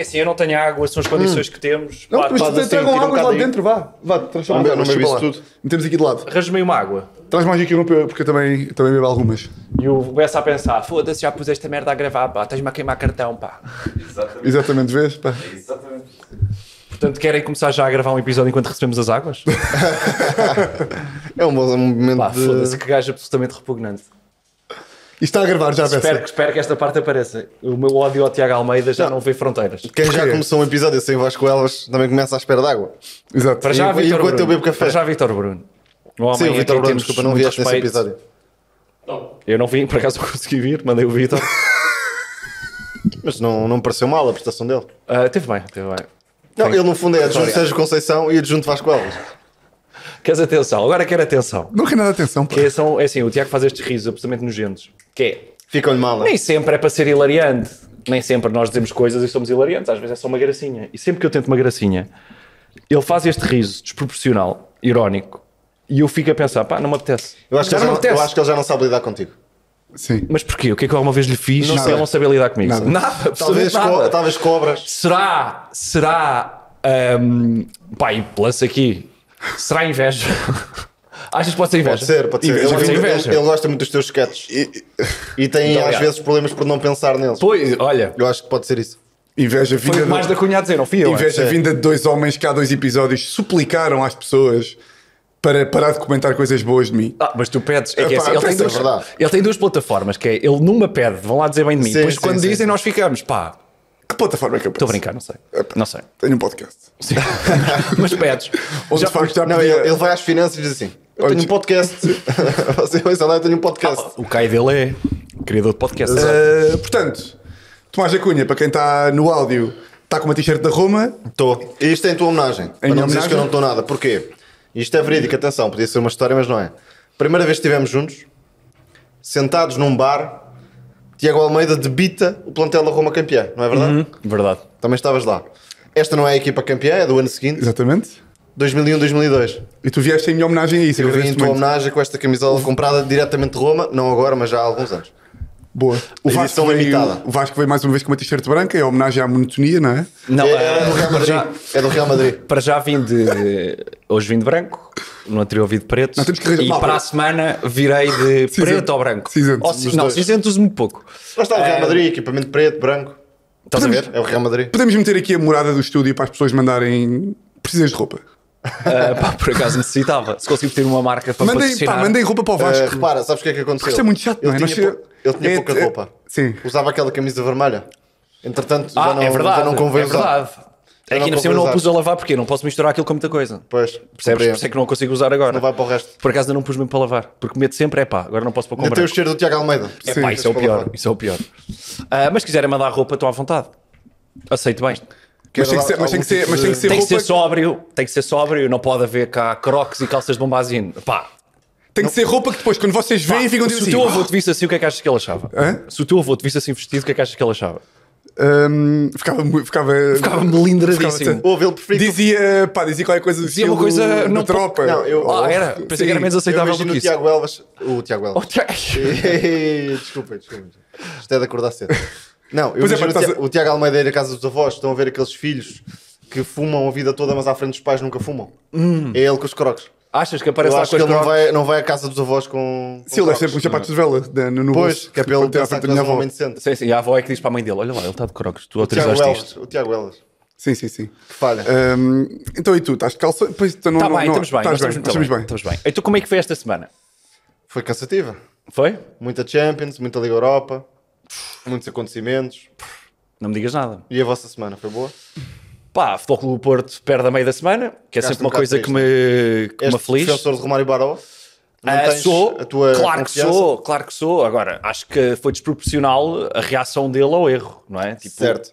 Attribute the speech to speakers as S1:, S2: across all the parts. S1: assim, eu não tenho água, são as
S2: Hum.
S1: condições que temos.
S3: Não,
S1: Pá,
S3: mas
S1: faz assim,
S3: tragam
S1: tira um
S3: águas lá de
S1: bocadinho.
S3: dentro, vá. Vá, traz só
S2: Ah,
S3: uma
S2: meu,
S3: água,
S2: não
S3: mas
S2: bebo
S3: para lá.
S2: isso
S3: Metemos aqui de lado.
S1: Rasmei uma água.
S3: Traz mais aqui uma, porque eu também, também bebo algumas.
S1: E o começa a pensar: foda-se, já pus esta merda a gravar, pá, estás-me a queimar cartão, pá.
S4: Exatamente.
S3: Exatamente, vês? Pá.
S4: Exatamente.
S1: Portanto, querem começar já a gravar um episódio enquanto recebemos as águas?
S2: É um bom momento
S1: Pá, foda-se,
S2: de...
S1: que gajo absolutamente repugnante.
S3: Isto está a gravar já,
S1: Espero, que-
S3: peça.
S1: espero que esta parte apareça. O meu ódio ao Tiago Almeida já não, vê fronteiras.
S2: Quem já
S3: Porquê?
S2: começou um episódio sem Vasco Elvas também começa à espera d'água.
S3: Exato.
S1: Para já,
S2: E- e
S1: Vítor
S2: enquanto
S1: Bruno.
S2: eu bebo café?
S1: Para já, Vítor Bruno. Um homem
S2: Sim,
S1: a
S2: o
S1: quem
S2: Vitor Bruno,
S1: temos
S2: desculpa, não
S1: muito
S2: vieste nesse
S1: respeito.
S2: episódio.
S1: Eu não vim, por acaso não consegui vir, mandei o Vítor.
S2: Mas não, não me pareceu mal a prestação dele.
S1: Ah, teve bem, teve bem.
S2: Não, ele no fundo é adjunto
S1: Obrigado.
S2: Sérgio Conceição e adjunto Vasco Elvas.
S1: Queres atenção? Agora quero atenção.
S3: Não quer nada de atenção, pá.
S1: Que são, é assim, o Tiago faz estes risos absolutamente nojentos. Que é,
S2: Ficam-lhe mal, não é?
S1: nem sempre é para ser hilariante. Nem sempre nós dizemos coisas e somos hilariantes. Às vezes é só uma gracinha. E sempre que eu tento uma gracinha, ele faz este riso desproporcional, irónico. E eu fico a pensar, pá, não me apetece.
S2: Eu acho, que
S1: Já não me
S2: ele já não,
S1: apetece.
S2: eu acho que ele já não sabe lidar contigo.
S3: Sim.
S1: Mas porquê? O que é que eu alguma vez lhe fiz
S3: Não
S1: para
S3: sei.
S1: ele não saber lidar comigo?
S3: Nada.
S1: Nada, absolutamente
S2: Talvez,
S1: nada.
S2: co- talvez cobras.
S1: Será, será, um, pá, e lance aqui, será inveja? Achas que pode ser inveja?
S2: Pode ser, pode ser.
S1: Inveja, pode
S2: Ele,
S1: ser
S2: ele-
S1: inveja.
S2: ele gosta muito dos teus sketches. E, e tem
S1: Muito
S2: às
S1: obrigado.
S2: vezes problemas por não pensar neles.
S1: Pois, olha,
S2: Eu acho que pode ser isso.
S3: Inveja
S1: foi
S3: vinda,
S1: o mais
S3: de...
S1: da cunha a dizer, não fui eu. é?
S3: Inveja
S2: sim.
S3: vinda de dois homens que há dois episódios suplicaram às pessoas para parar de comentar coisas boas de mim.
S1: Ah, mas tu pedes, é que é
S3: Epá,
S1: assim, ele, tem
S3: isso é
S1: duas,
S2: verdade.
S1: ele tem duas plataformas, que é, ele numa pede, vão lá dizer bem de mim,
S2: Sim,
S1: depois
S2: sim,
S1: quando
S2: sim,
S1: dizem
S2: sim.
S1: nós ficamos, pá,
S3: Que plataforma é que eu
S1: estou a brincar, não sei, não sei,
S3: Tenho um podcast.
S1: Sim. mas pedes.
S2: Um
S3: Onde
S1: Já-
S3: de facto já
S2: Não,
S3: podia-
S2: ele, ele vai às finanças e diz assim: Eu tenho
S3: Olha-
S2: um podcast. Você ouça lá, eu tenho um podcast.
S1: O Caio dele é criador de podcast.
S3: Uh, portanto, Tomás da Cunha, para quem está no áudio, está com uma t-shirt da Roma.
S2: Estou. E isto é em tua homenagem. para não dizes
S3: homenagem?
S2: que eu não estou nada. Porquê? Isto é verídico, atenção, podia ser uma história, mas não é. Primeira vez que estivemos juntos, sentados num bar, Tiago Almeida debita o plantel da Roma campeã, não é verdade?
S1: Uhum. Ah, Verdade.
S2: Também estavas lá. Esta não é a equipa campeã, é do ano seguinte,
S3: Exatamente.
S2: 2001-2002.
S3: E tu vieste em minha homenagem a isso.
S2: Eu vim em
S3: agradeço-te
S2: tua
S3: muito.
S2: homenagem com esta camisola comprada diretamente de Roma, não agora, mas já há alguns anos.
S3: Boa. O Vasco,
S2: Edição
S3: veio,
S2: limitada.
S3: o Vasco veio mais uma vez com uma t-shirt branca, é homenagem à monotonia, não é?
S1: Não,
S2: é,
S1: ah,
S2: é do Real
S1: para
S2: Madrid.
S1: já-
S2: É do Real Madrid.
S1: Para já vim de. Hoje vim de branco, no anterior vim de preto.
S3: Não, temos que arranjar-
S1: e
S3: Não,
S1: para a
S3: não.
S1: semana virei de
S3: Cinzento.
S1: preto ou branco.
S3: Cinzento,
S1: Ou ci-
S3: os
S1: não,
S3: dois.
S1: cinzento uso muito pouco.
S2: Lá está o Real Madrid, equipamento preto, branco. Estás a ver? É o Real Madrid.
S3: Podemos meter aqui a morada do estúdio para as pessoas mandarem. Precisas de roupa.
S1: Ah, pá, por acaso necessitava. Se conseguir ter uma marca para
S3: Mandem, pá,
S1: patrocinar.
S3: mandem roupa para o
S2: Eh,
S3: Vasco.
S2: repara, sabes o que é que aconteceu?
S3: Isto é muito chato,
S2: ele
S3: não é?
S2: Tinha
S3: Nós
S2: pou- Ele tinha
S3: é-
S2: pouca
S3: é-
S2: roupa.
S3: sim.
S2: Usava aquela camisa vermelha. Entretanto,
S1: Ah,
S2: já não,
S1: é verdade.
S2: já não convém
S1: é verdade.
S2: Já
S1: É que
S2: não
S1: ainda por cima não a
S2: convém
S1: pus a lavar porque não posso misturar aquilo com muita coisa.
S2: Pois,
S1: Percebes? Por
S2: compreendo.
S1: isso é que não a consigo usar agora.
S2: Não vai para o resto.
S1: Por acaso ainda não pus mesmo para lavar. Porque medo sempre é pá, agora não posso para
S2: Ainda tem
S1: comprar.
S2: o cheiro do Tiago Almeida.
S1: É pá, isso é o pior. Isso é o pior. Ah, mas se quiserem mandar roupa, estou à vontade. Aceito bem.
S3: Mas tem que ser- mas tem que ser- mas tem que ser-
S1: Tem que ser
S3: roupa-
S1: sóbrio, tem que ser sóbrio, não pode haver cá crocs e calças de bombazine. Pá,
S3: Tem que ser roupa que depois, quando vocês
S1: pá,
S3: veem, ficam
S1: se
S3: tipo
S1: o teu
S3: assim.
S1: avô te visse assim, o que é que achas que ele achava?
S3: Hã?
S1: Se o teu avô te visse assim vestido, o que é que achas que ele achava?
S3: Hum, ficava, mu- ficava. assim.
S1: Ficava melindradíssimo.
S2: Houve ele preferido.
S3: Dizia, pá, dizia qualquer coisa do
S1: Dizia uma
S3: estilo
S1: coisa
S3: da
S1: não-
S3: tropa.
S2: Não, eu-
S1: Ah, era? Pensei que era menos aceitável
S2: Eu
S1: do que
S2: imagino o
S1: isso.
S2: Tiago Elvas. O Tiago
S1: Oh,
S2: Elvas.
S1: Tiago.
S2: desculpa, desculpa. Isto é de acordar cedo. Não, eu
S3: Pois é,
S2: imagino
S3: pá,
S2: o,
S3: estás a-
S2: Tiago, o Tiago Almeida ir à casa dos avós. Estão a ver aqueles filhos que fumam a vida toda, mas à frente dos pais nunca fumam. É ele com os crocs.
S1: Achas que aparece Hum.
S2: Eu
S1: lá
S2: acho
S1: com
S2: que
S1: as
S2: ele não
S1: crocs?
S2: vai, não vai à casa dos avós com. com
S3: Sim, ele é
S2: crocs.
S3: sempre com os sapatos de vela da- no, no
S2: Pois,
S3: bolso,
S2: que é para ele
S3: ter à
S2: pensar
S3: frente
S2: que
S3: da
S2: nós
S3: minha
S2: um
S3: avó.
S2: momento decente.
S1: Sim, sim, e a avó é que diz para a mãe dele: Olha lá, ele está de crocs, tu
S2: Tiago
S1: autorizaste
S2: Elas.
S1: isto.
S2: O Eh, Tiago Elas.
S3: Sim, sim, sim.
S2: Que falha.
S3: Hum, então e tu? Estás de calça? Pois, então, não,
S1: Está
S3: não,
S1: Tá bem,
S3: não,
S1: estamos bem, nós
S3: Estás
S1: estamos muito
S3: bem, nós estamos bem.
S1: Estamos bem. Então, como é que foi esta semana?
S2: Foi cansativa.
S1: Foi?
S2: Muita Champions, muita Liga Europa, muitos acontecimentos.
S1: Não me digas nada.
S2: E a vossa semana foi boa?
S1: Pá, Futebol Clube do Porto perde a meio da semana, que é
S2: Ficaste
S1: sempre
S2: um
S1: uma
S2: bocado
S1: coisa que me, que me
S2: És
S1: aflige.
S2: defensor de Romário Baró? Não
S1: Ah,
S2: tens
S1: sou,
S2: a tua
S1: claro
S2: confiança?
S1: que sou, claro que sou. Agora, acho que foi desproporcional a reação dele ao erro, não é? Tipo,
S2: Certo.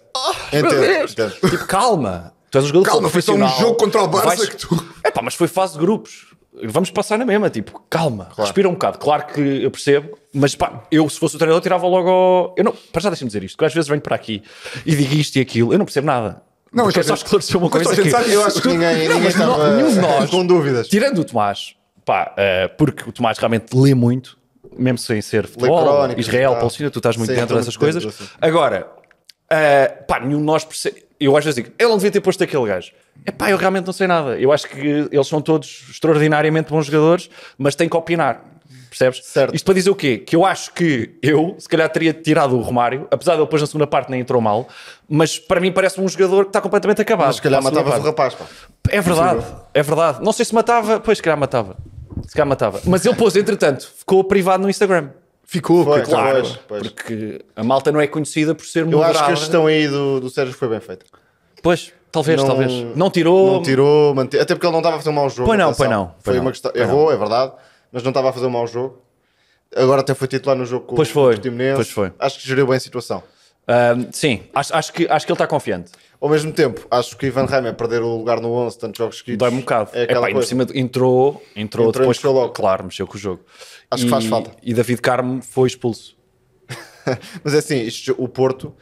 S1: meu
S2: Entendo,
S1: Deus!
S2: entendo.
S1: Tipo, calma. Tu és um jogador
S3: Calma, foi só um
S1: profissional.
S3: jogo contra o Barça que tu-
S1: É pá, mas foi fase de grupos. Vamos passar na mesma, tipo, calma, respira um bocado. Claro que eu percebo, mas pá, eu se fosse o treinador tirava logo ao... Eu não, para já deixa-me dizer isto, que às vezes venho para aqui e digo isto e aquilo, eu não percebo nada.
S3: Não,
S1: Não, eu
S3: mas
S1: só
S3: a gente-
S1: esclarecer uma
S3: mas
S1: coisa
S3: a gente
S1: que-
S3: sabe-
S2: Eu acho que ninguém, ninguém
S1: mas
S2: estava
S1: não- nenhum de nós.
S2: com dúvidas.
S1: Tirando o Tomás, pá, eh, porque o Tomás realmente lê muito, mesmo sem ser futebol,
S2: crónicas e
S1: Israel,
S2: tal.
S1: Palestina, tu estás muito
S2: Sim,
S1: dentro
S2: estou
S1: dessas
S2: muito
S1: coisas.
S2: dentro do assunto.
S1: Agora, eh, pá, nenhum de nós percebe. eu às vezes digo, eu não devia ter posto aquele gajo. Epá, eu realmente não sei nada. Eu acho que eles são todos extraordinariamente bons jogadores, mas têm que opinar. Percebes?
S2: Certo.
S1: Isto para dizer o quê? Que eu acho que eu, se calhar, teria tirado o Romário, apesar de ele depois na segunda parte nem entrou mal, mas para mim parece um jogador que está completamente acabado.
S2: Mas se calhar
S1: Para a segunda
S2: matavas o
S1: parte.
S2: rapaz, pá.
S1: É verdade, é verdade. Não sei se matava, pois se calhar matava. Se calhar matava. Mas ele pôs, entretanto, ficou privado no Instagram.
S3: Ficou,
S2: Foi,
S3: ficou.
S2: claro.
S3: claro.
S2: Pois, pois.
S1: Porque a malta não é conhecida por ser
S2: Eu
S1: moderada.
S2: acho que a gestão aí do, do Sérgio foi bem feita.
S1: Pois, talvez,
S2: Não-
S1: talvez. Não tirou.
S2: Não tirou, mante- até porque ele não estava a fazer um mau jogo.
S1: Pois não,
S2: atenção.
S1: pois não, pois
S2: Foi
S1: não,
S2: uma questão.
S1: pois
S2: Errou, é verdade, mas não estava a fazer um mau jogo. Agora até foi titular no jogo com
S1: Pois
S2: o
S1: foi,
S2: Portimonense.
S1: pois foi.
S2: Acho que geriu bem a situação.
S1: Ahm, sim, acho, acho que, acho que ele está confiante.
S2: Ao mesmo tempo, acho que Ivan Reimer perder o lugar no 11, tantos jogos seguidos.
S1: Dói-me um bocado.
S2: É
S1: É
S2: aquela
S1: Epá, ainda por
S2: coisa.
S1: cima entrou, entrou,
S2: Entrou e
S1: depois.
S2: mexeu logo.
S1: Claro, mexeu com o jogo.
S2: Acho
S1: E-
S2: que faz falta.
S1: E David Carmo foi expulso.
S2: Mas é assim, isto- o Porto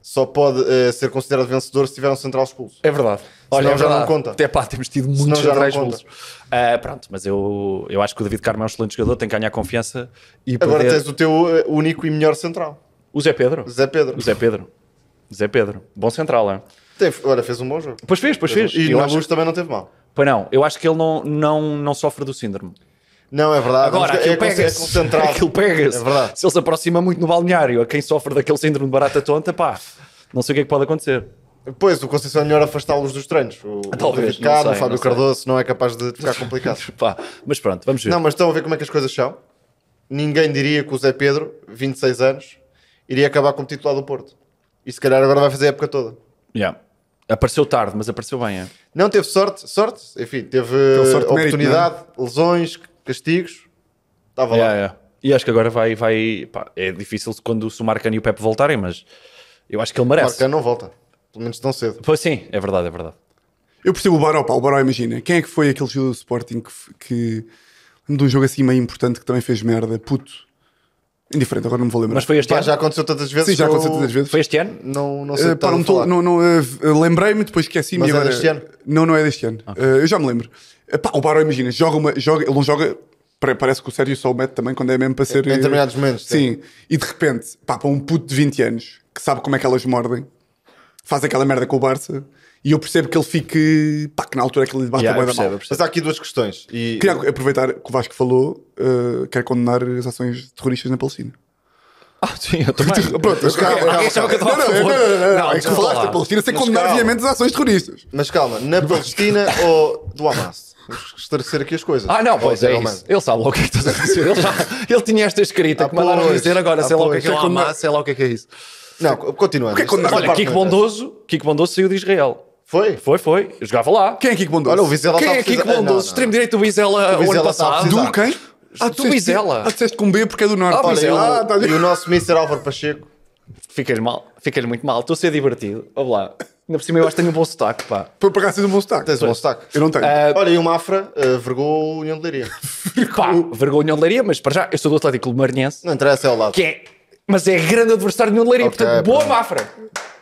S2: só pode eh, ser considerado vencedor se tiver um central expulso.
S1: É verdade.
S2: Olha,
S1: Olha,
S2: é verdade.
S1: Até pá, temos tido
S2: Senão
S1: muitos
S2: já não
S1: centrais
S2: conta.
S1: expulsos. Ah, pronto, mas eu, eu acho que o David Carmo é um excelente jogador, tem que ganhar confiança. E
S2: Agora
S1: poder-
S2: tens o teu eh, único e melhor central,
S1: O Zé Pedro.
S2: Zé Pedro.
S1: O Zé Pedro. Zé Pedro. Bom central, é?
S2: Teve- olha, fez um bom jogo.
S1: Pois fez, pois fez.
S2: E
S1: eu
S2: na
S1: acho...
S2: luz também não teve mal.
S1: Pois não, eu acho que ele não, não, não sofre do síndrome.
S2: Não, é verdade.
S1: Agora,
S2: mas é,
S1: aquilo
S2: con- é
S1: pega-se.
S2: concentrado.
S1: Aquilo pega-se.
S2: É verdade.
S1: Se ele se aproxima muito no balneário, a quem sofre daquele síndrome de barata tonta, pá, não sei o que é que pode acontecer.
S2: Pois, o Conceição é melhor afastá-los dos treinos. O
S1: Talvez,
S2: David Cabo,
S1: não
S2: o
S1: sei,
S2: Fábio
S1: não sei.
S2: Cardoso não é capaz de ficar complicado.
S1: Pá, mas pronto, vamos ver.
S2: não, mas estão a ver como é que as coisas são. Ninguém diria que o Zé Pedro, 26 anos, iria acabar como titular do Porto. E se calhar agora vai fazer a época toda.
S1: Yeah. Apareceu tarde, mas apareceu bem, é.
S2: Não teve sorte, sorte, enfim, teve
S3: sorte de mérito, é?
S2: oportunidade, lesões, castigos. Estava
S1: Yeah,
S2: lá.
S1: yeah. E acho que agora vai. vai pá, é difícil quando o Sumarcano e o Pepe voltarem, mas eu acho que ele merece.
S2: Marcano não volta. Pelo menos tão cedo.
S1: Pois sim, é verdade, é verdade.
S3: Eu percebo o Baró, pá, o Baró imagina. Quem é que foi aquele jogador do Sporting que, f- que de um jogo assim meio importante que também fez merda, puto. Indiferente, agora não me vou lembrar.
S1: Mas foi este
S2: Pá,
S1: ano?
S2: já aconteceu tantas vezes.
S3: Sim, já
S2: que eu
S3: aconteceu tantas vezes.
S1: Foi este ano?
S2: Não, não sei.
S3: Eh,
S2: o
S3: pá,
S2: que estás
S3: não
S2: a
S3: tô-
S2: falar.
S3: não- não, eh, lembrei-me, depois esqueci-me.
S2: Mas é
S3: agora-
S2: deste ano?
S3: Não, não é deste ano. Eh, eu já me lembro. Eh, pá, o Baró, imagina, joga uma, joga, ele não joga. pa- Parece que o Sérgio só o mete também quando é mesmo para ser.
S2: em determinados momentos,
S3: Sim. E de repente, pá, para um puto de 20 anos que sabe como é que elas mordem, faz aquela merda com o Barça e eu percebo que ele fique. pá, que na altura aquilo lhe bate
S1: Yeah,
S3: a
S1: eu
S3: boa da
S1: percebo,
S3: mal.
S1: eu percebo.
S2: Mas há aqui duas questões. E
S3: Queria aproveitar que o Vasco falou, eh, quer condenar as ações terroristas na Palestina.
S1: Ah, sim, eu também.
S3: Pronto, mas calma,
S2: Alguém
S3: calma,
S1: achava que eu estava
S3: calma.
S1: a
S3: não, não,
S1: favor.
S3: não, não, não, não,
S1: Não,
S3: é que
S1: desculpa
S3: falaste
S1: lá.
S3: da Palestina sem
S2: Mas
S3: condenar
S2: calma.
S3: viamente as ações terroristas.
S2: Mas calma, na Palestina ou do Hamas? Temos que esclarecer aqui as coisas.
S1: Ah, não,
S2: Ou
S1: pois
S2: do
S1: é
S2: Hamas.
S1: isso. Ele sabe logo o que é que estás a dizer. Ele, já- ele tinha esta escrita
S2: Ah,
S1: que mandaram
S2: pois.
S1: dizer agora,
S2: Ah,
S1: sei lá o que é
S2: pois.
S1: que é o
S2: Sei quando-
S1: Hamas, sei lá o que é que é isso.
S2: Não, continuando.
S3: que é que
S2: Esta-
S3: quando-
S2: esta
S1: Olha,
S2: parte
S1: Kiko
S2: não interessa.
S1: Bondoso, Kiko Bondoso saiu de Israel.
S2: Foi?
S1: Foi, foi. Eu jogava lá.
S3: Quem é Kiko Bondoso?
S2: Olha, o Vizela
S1: Quem
S2: tá
S1: é
S2: precisa-
S1: Kiko
S2: Ah, não, não.
S1: Bondoso? Extremo direito do Vizela o ano
S2: Vizela tá a
S1: passado.
S2: precisar.
S3: Do quem?
S1: Do Vizela.
S3: Ah, tu disseste que um B porque é do Norte.
S1: Ah,
S2: Olha,
S1: Vizela.
S2: eu-
S3: ah, tá-
S2: e o nosso Mr. Álvaro Pacheco.
S1: Ficas mal, ficas muito mal. Estou a ser divertido. Vamos lá. Ainda por cima eu acho que tenho um bom sotaque, pá.
S3: Para pagar um bom sotaque.
S2: Tens um bom sotaque.
S3: Eu não tenho.
S1: Ah,
S2: Olha, e o Mafra eh, vergou o União de Leiria.
S1: Pá, vergonha de leiria, mas para já eu sou do Atlético de Maranhense,
S2: Não interessa, é ao lado.
S1: que é, mas é grande adversário de União de leiria.
S2: Ok,
S1: Portanto, boa
S2: pronto.
S1: Mafra.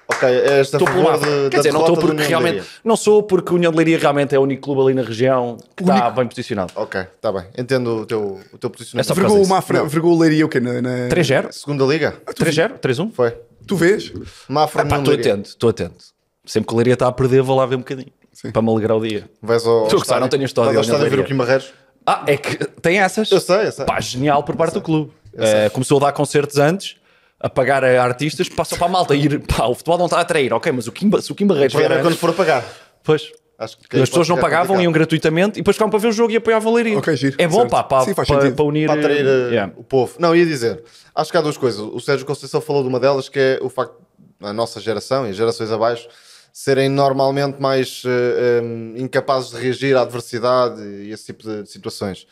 S2: Ok, é esta
S1: Estou pelo
S2: favor
S1: Mafra.
S2: de,
S1: Quer
S2: da
S1: dizer, não
S2: derrota
S1: estou
S2: do
S1: porque
S2: União de
S1: realmente.
S2: Leiria.
S1: Não sou porque o União de Leiria realmente é o único clube ali na região que está bem posicionado.
S2: Ok, está bem. Entendo o teu, o teu
S1: É só
S2: posicionamento.
S1: por
S3: Vergou
S1: causa
S3: o Mafra, vergou o Leiria o quê? Na, na...
S1: 3-0?
S2: Segunda Liga?
S1: 3-0? 3-1?
S2: Foi.
S3: Tu vês?
S2: Mafra,
S1: Ah, um? pá,
S2: União de
S1: estou
S2: Leiria.
S1: atento, estou atento. Sempre que o Leiria está a perder, vou lá ver um bocadinho. Para me alegrar o dia.
S2: Vais ao.
S1: Estou a gozar, não tenho estádio,
S2: Vais ao
S1: União de
S2: estádio
S1: Leiria.
S2: ver o Kim Barreiros.
S1: Ah, é que tem essas?
S2: Eu sei, eu sei.
S1: Pá, genial por parte do clube. Eh, começou a dar concertos antes, a pagar a artistas, passa para a malta ir. Pá, o futebol não está a atrair, ok, mas o Kim, se o Kim Barreiros vier
S2: Agora é quando
S1: antes,
S2: for pagar.
S1: pois.
S2: Acho que é
S1: as pessoas não pagavam, iam gratuitamente e depois ficavam para ver o jogo e apoiavam o Leiria.
S3: Ok, giro,
S1: é bom,
S3: certo.
S1: pá, para,
S3: Sim, faz
S1: para,
S3: sentido.
S1: para unir.
S2: para atrair eh,
S1: Yeah.
S2: o povo. Não, ia dizer, acho que há duas coisas. O Sérgio Conceição falou de uma delas, que é o facto da nossa geração e as gerações abaixo serem normalmente mais eh, em, incapazes de reagir à adversidade e esse tipo de, de situações.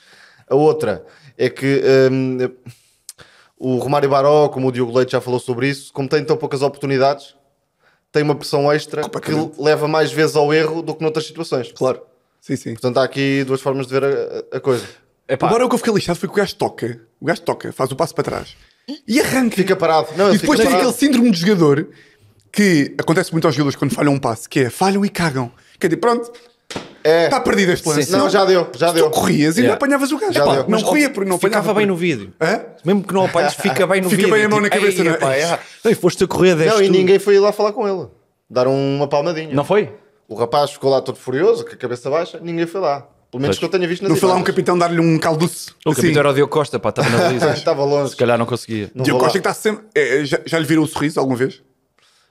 S2: A outra é que em, o Romário Baró, como o Diogo Leite já falou sobre isso, como tem tão poucas oportunidades, tem uma pressão extra que
S3: Completamente.
S2: leva mais vezes ao erro do que noutras situações.
S3: Claro. Sim, sim.
S2: Portanto, há aqui duas formas de ver a- a- a coisa.
S1: Epá,
S3: Agora o que eu fiquei lixado foi que o gajo toca. O gajo toca, faz o passo para trás. E arranca.
S2: Fica parado. Não, ele
S3: e depois
S2: fica
S3: tem
S2: parado.
S3: aquele síndrome de jogador que acontece muito aos jogadores quando falham um passo, que é falham e cagam. Quer dizer, pronto,
S2: É.
S3: está perdido este lance.
S2: Não, já deu, já
S3: se
S2: deu.
S3: Tu corrias e não
S1: Yeah.
S3: apanhavas o gajo.
S2: Já
S3: Pá,
S2: deu.
S3: Não
S1: mas oh,
S3: corria porque não
S1: ficava
S3: apanhava
S1: bem no
S3: porque-
S1: vídeo.
S3: Hã?
S1: Mesmo que não apanhes, fica bem no
S3: Fica
S1: vídeo.
S3: bem a mão na
S1: Tipo,
S3: cabeça,
S1: "Ei,
S3: não é?"
S1: pá, é. Ei, foste a correr 10
S2: Não, e
S1: tu.
S2: ninguém foi lá falar com ele. dar um- uma palmadinha.
S1: Não foi?
S2: O rapaz ficou lá todo furioso, com a cabeça baixa, ninguém foi lá. Pelo menos
S1: Pois.
S2: que eu tenha visto nas
S3: Não foi lá um
S2: imagens.
S3: capitão dar-lhe um calduce.
S1: O
S3: assim.
S1: capitão era um o Diogo Costa, pá, estava na baliza.
S2: Estava longe.
S1: Se calhar não conseguia.
S2: Não
S3: Diogo
S2: vou lá.
S3: Costa que está sempre. é, já, já lhe viram o sorriso alguma vez?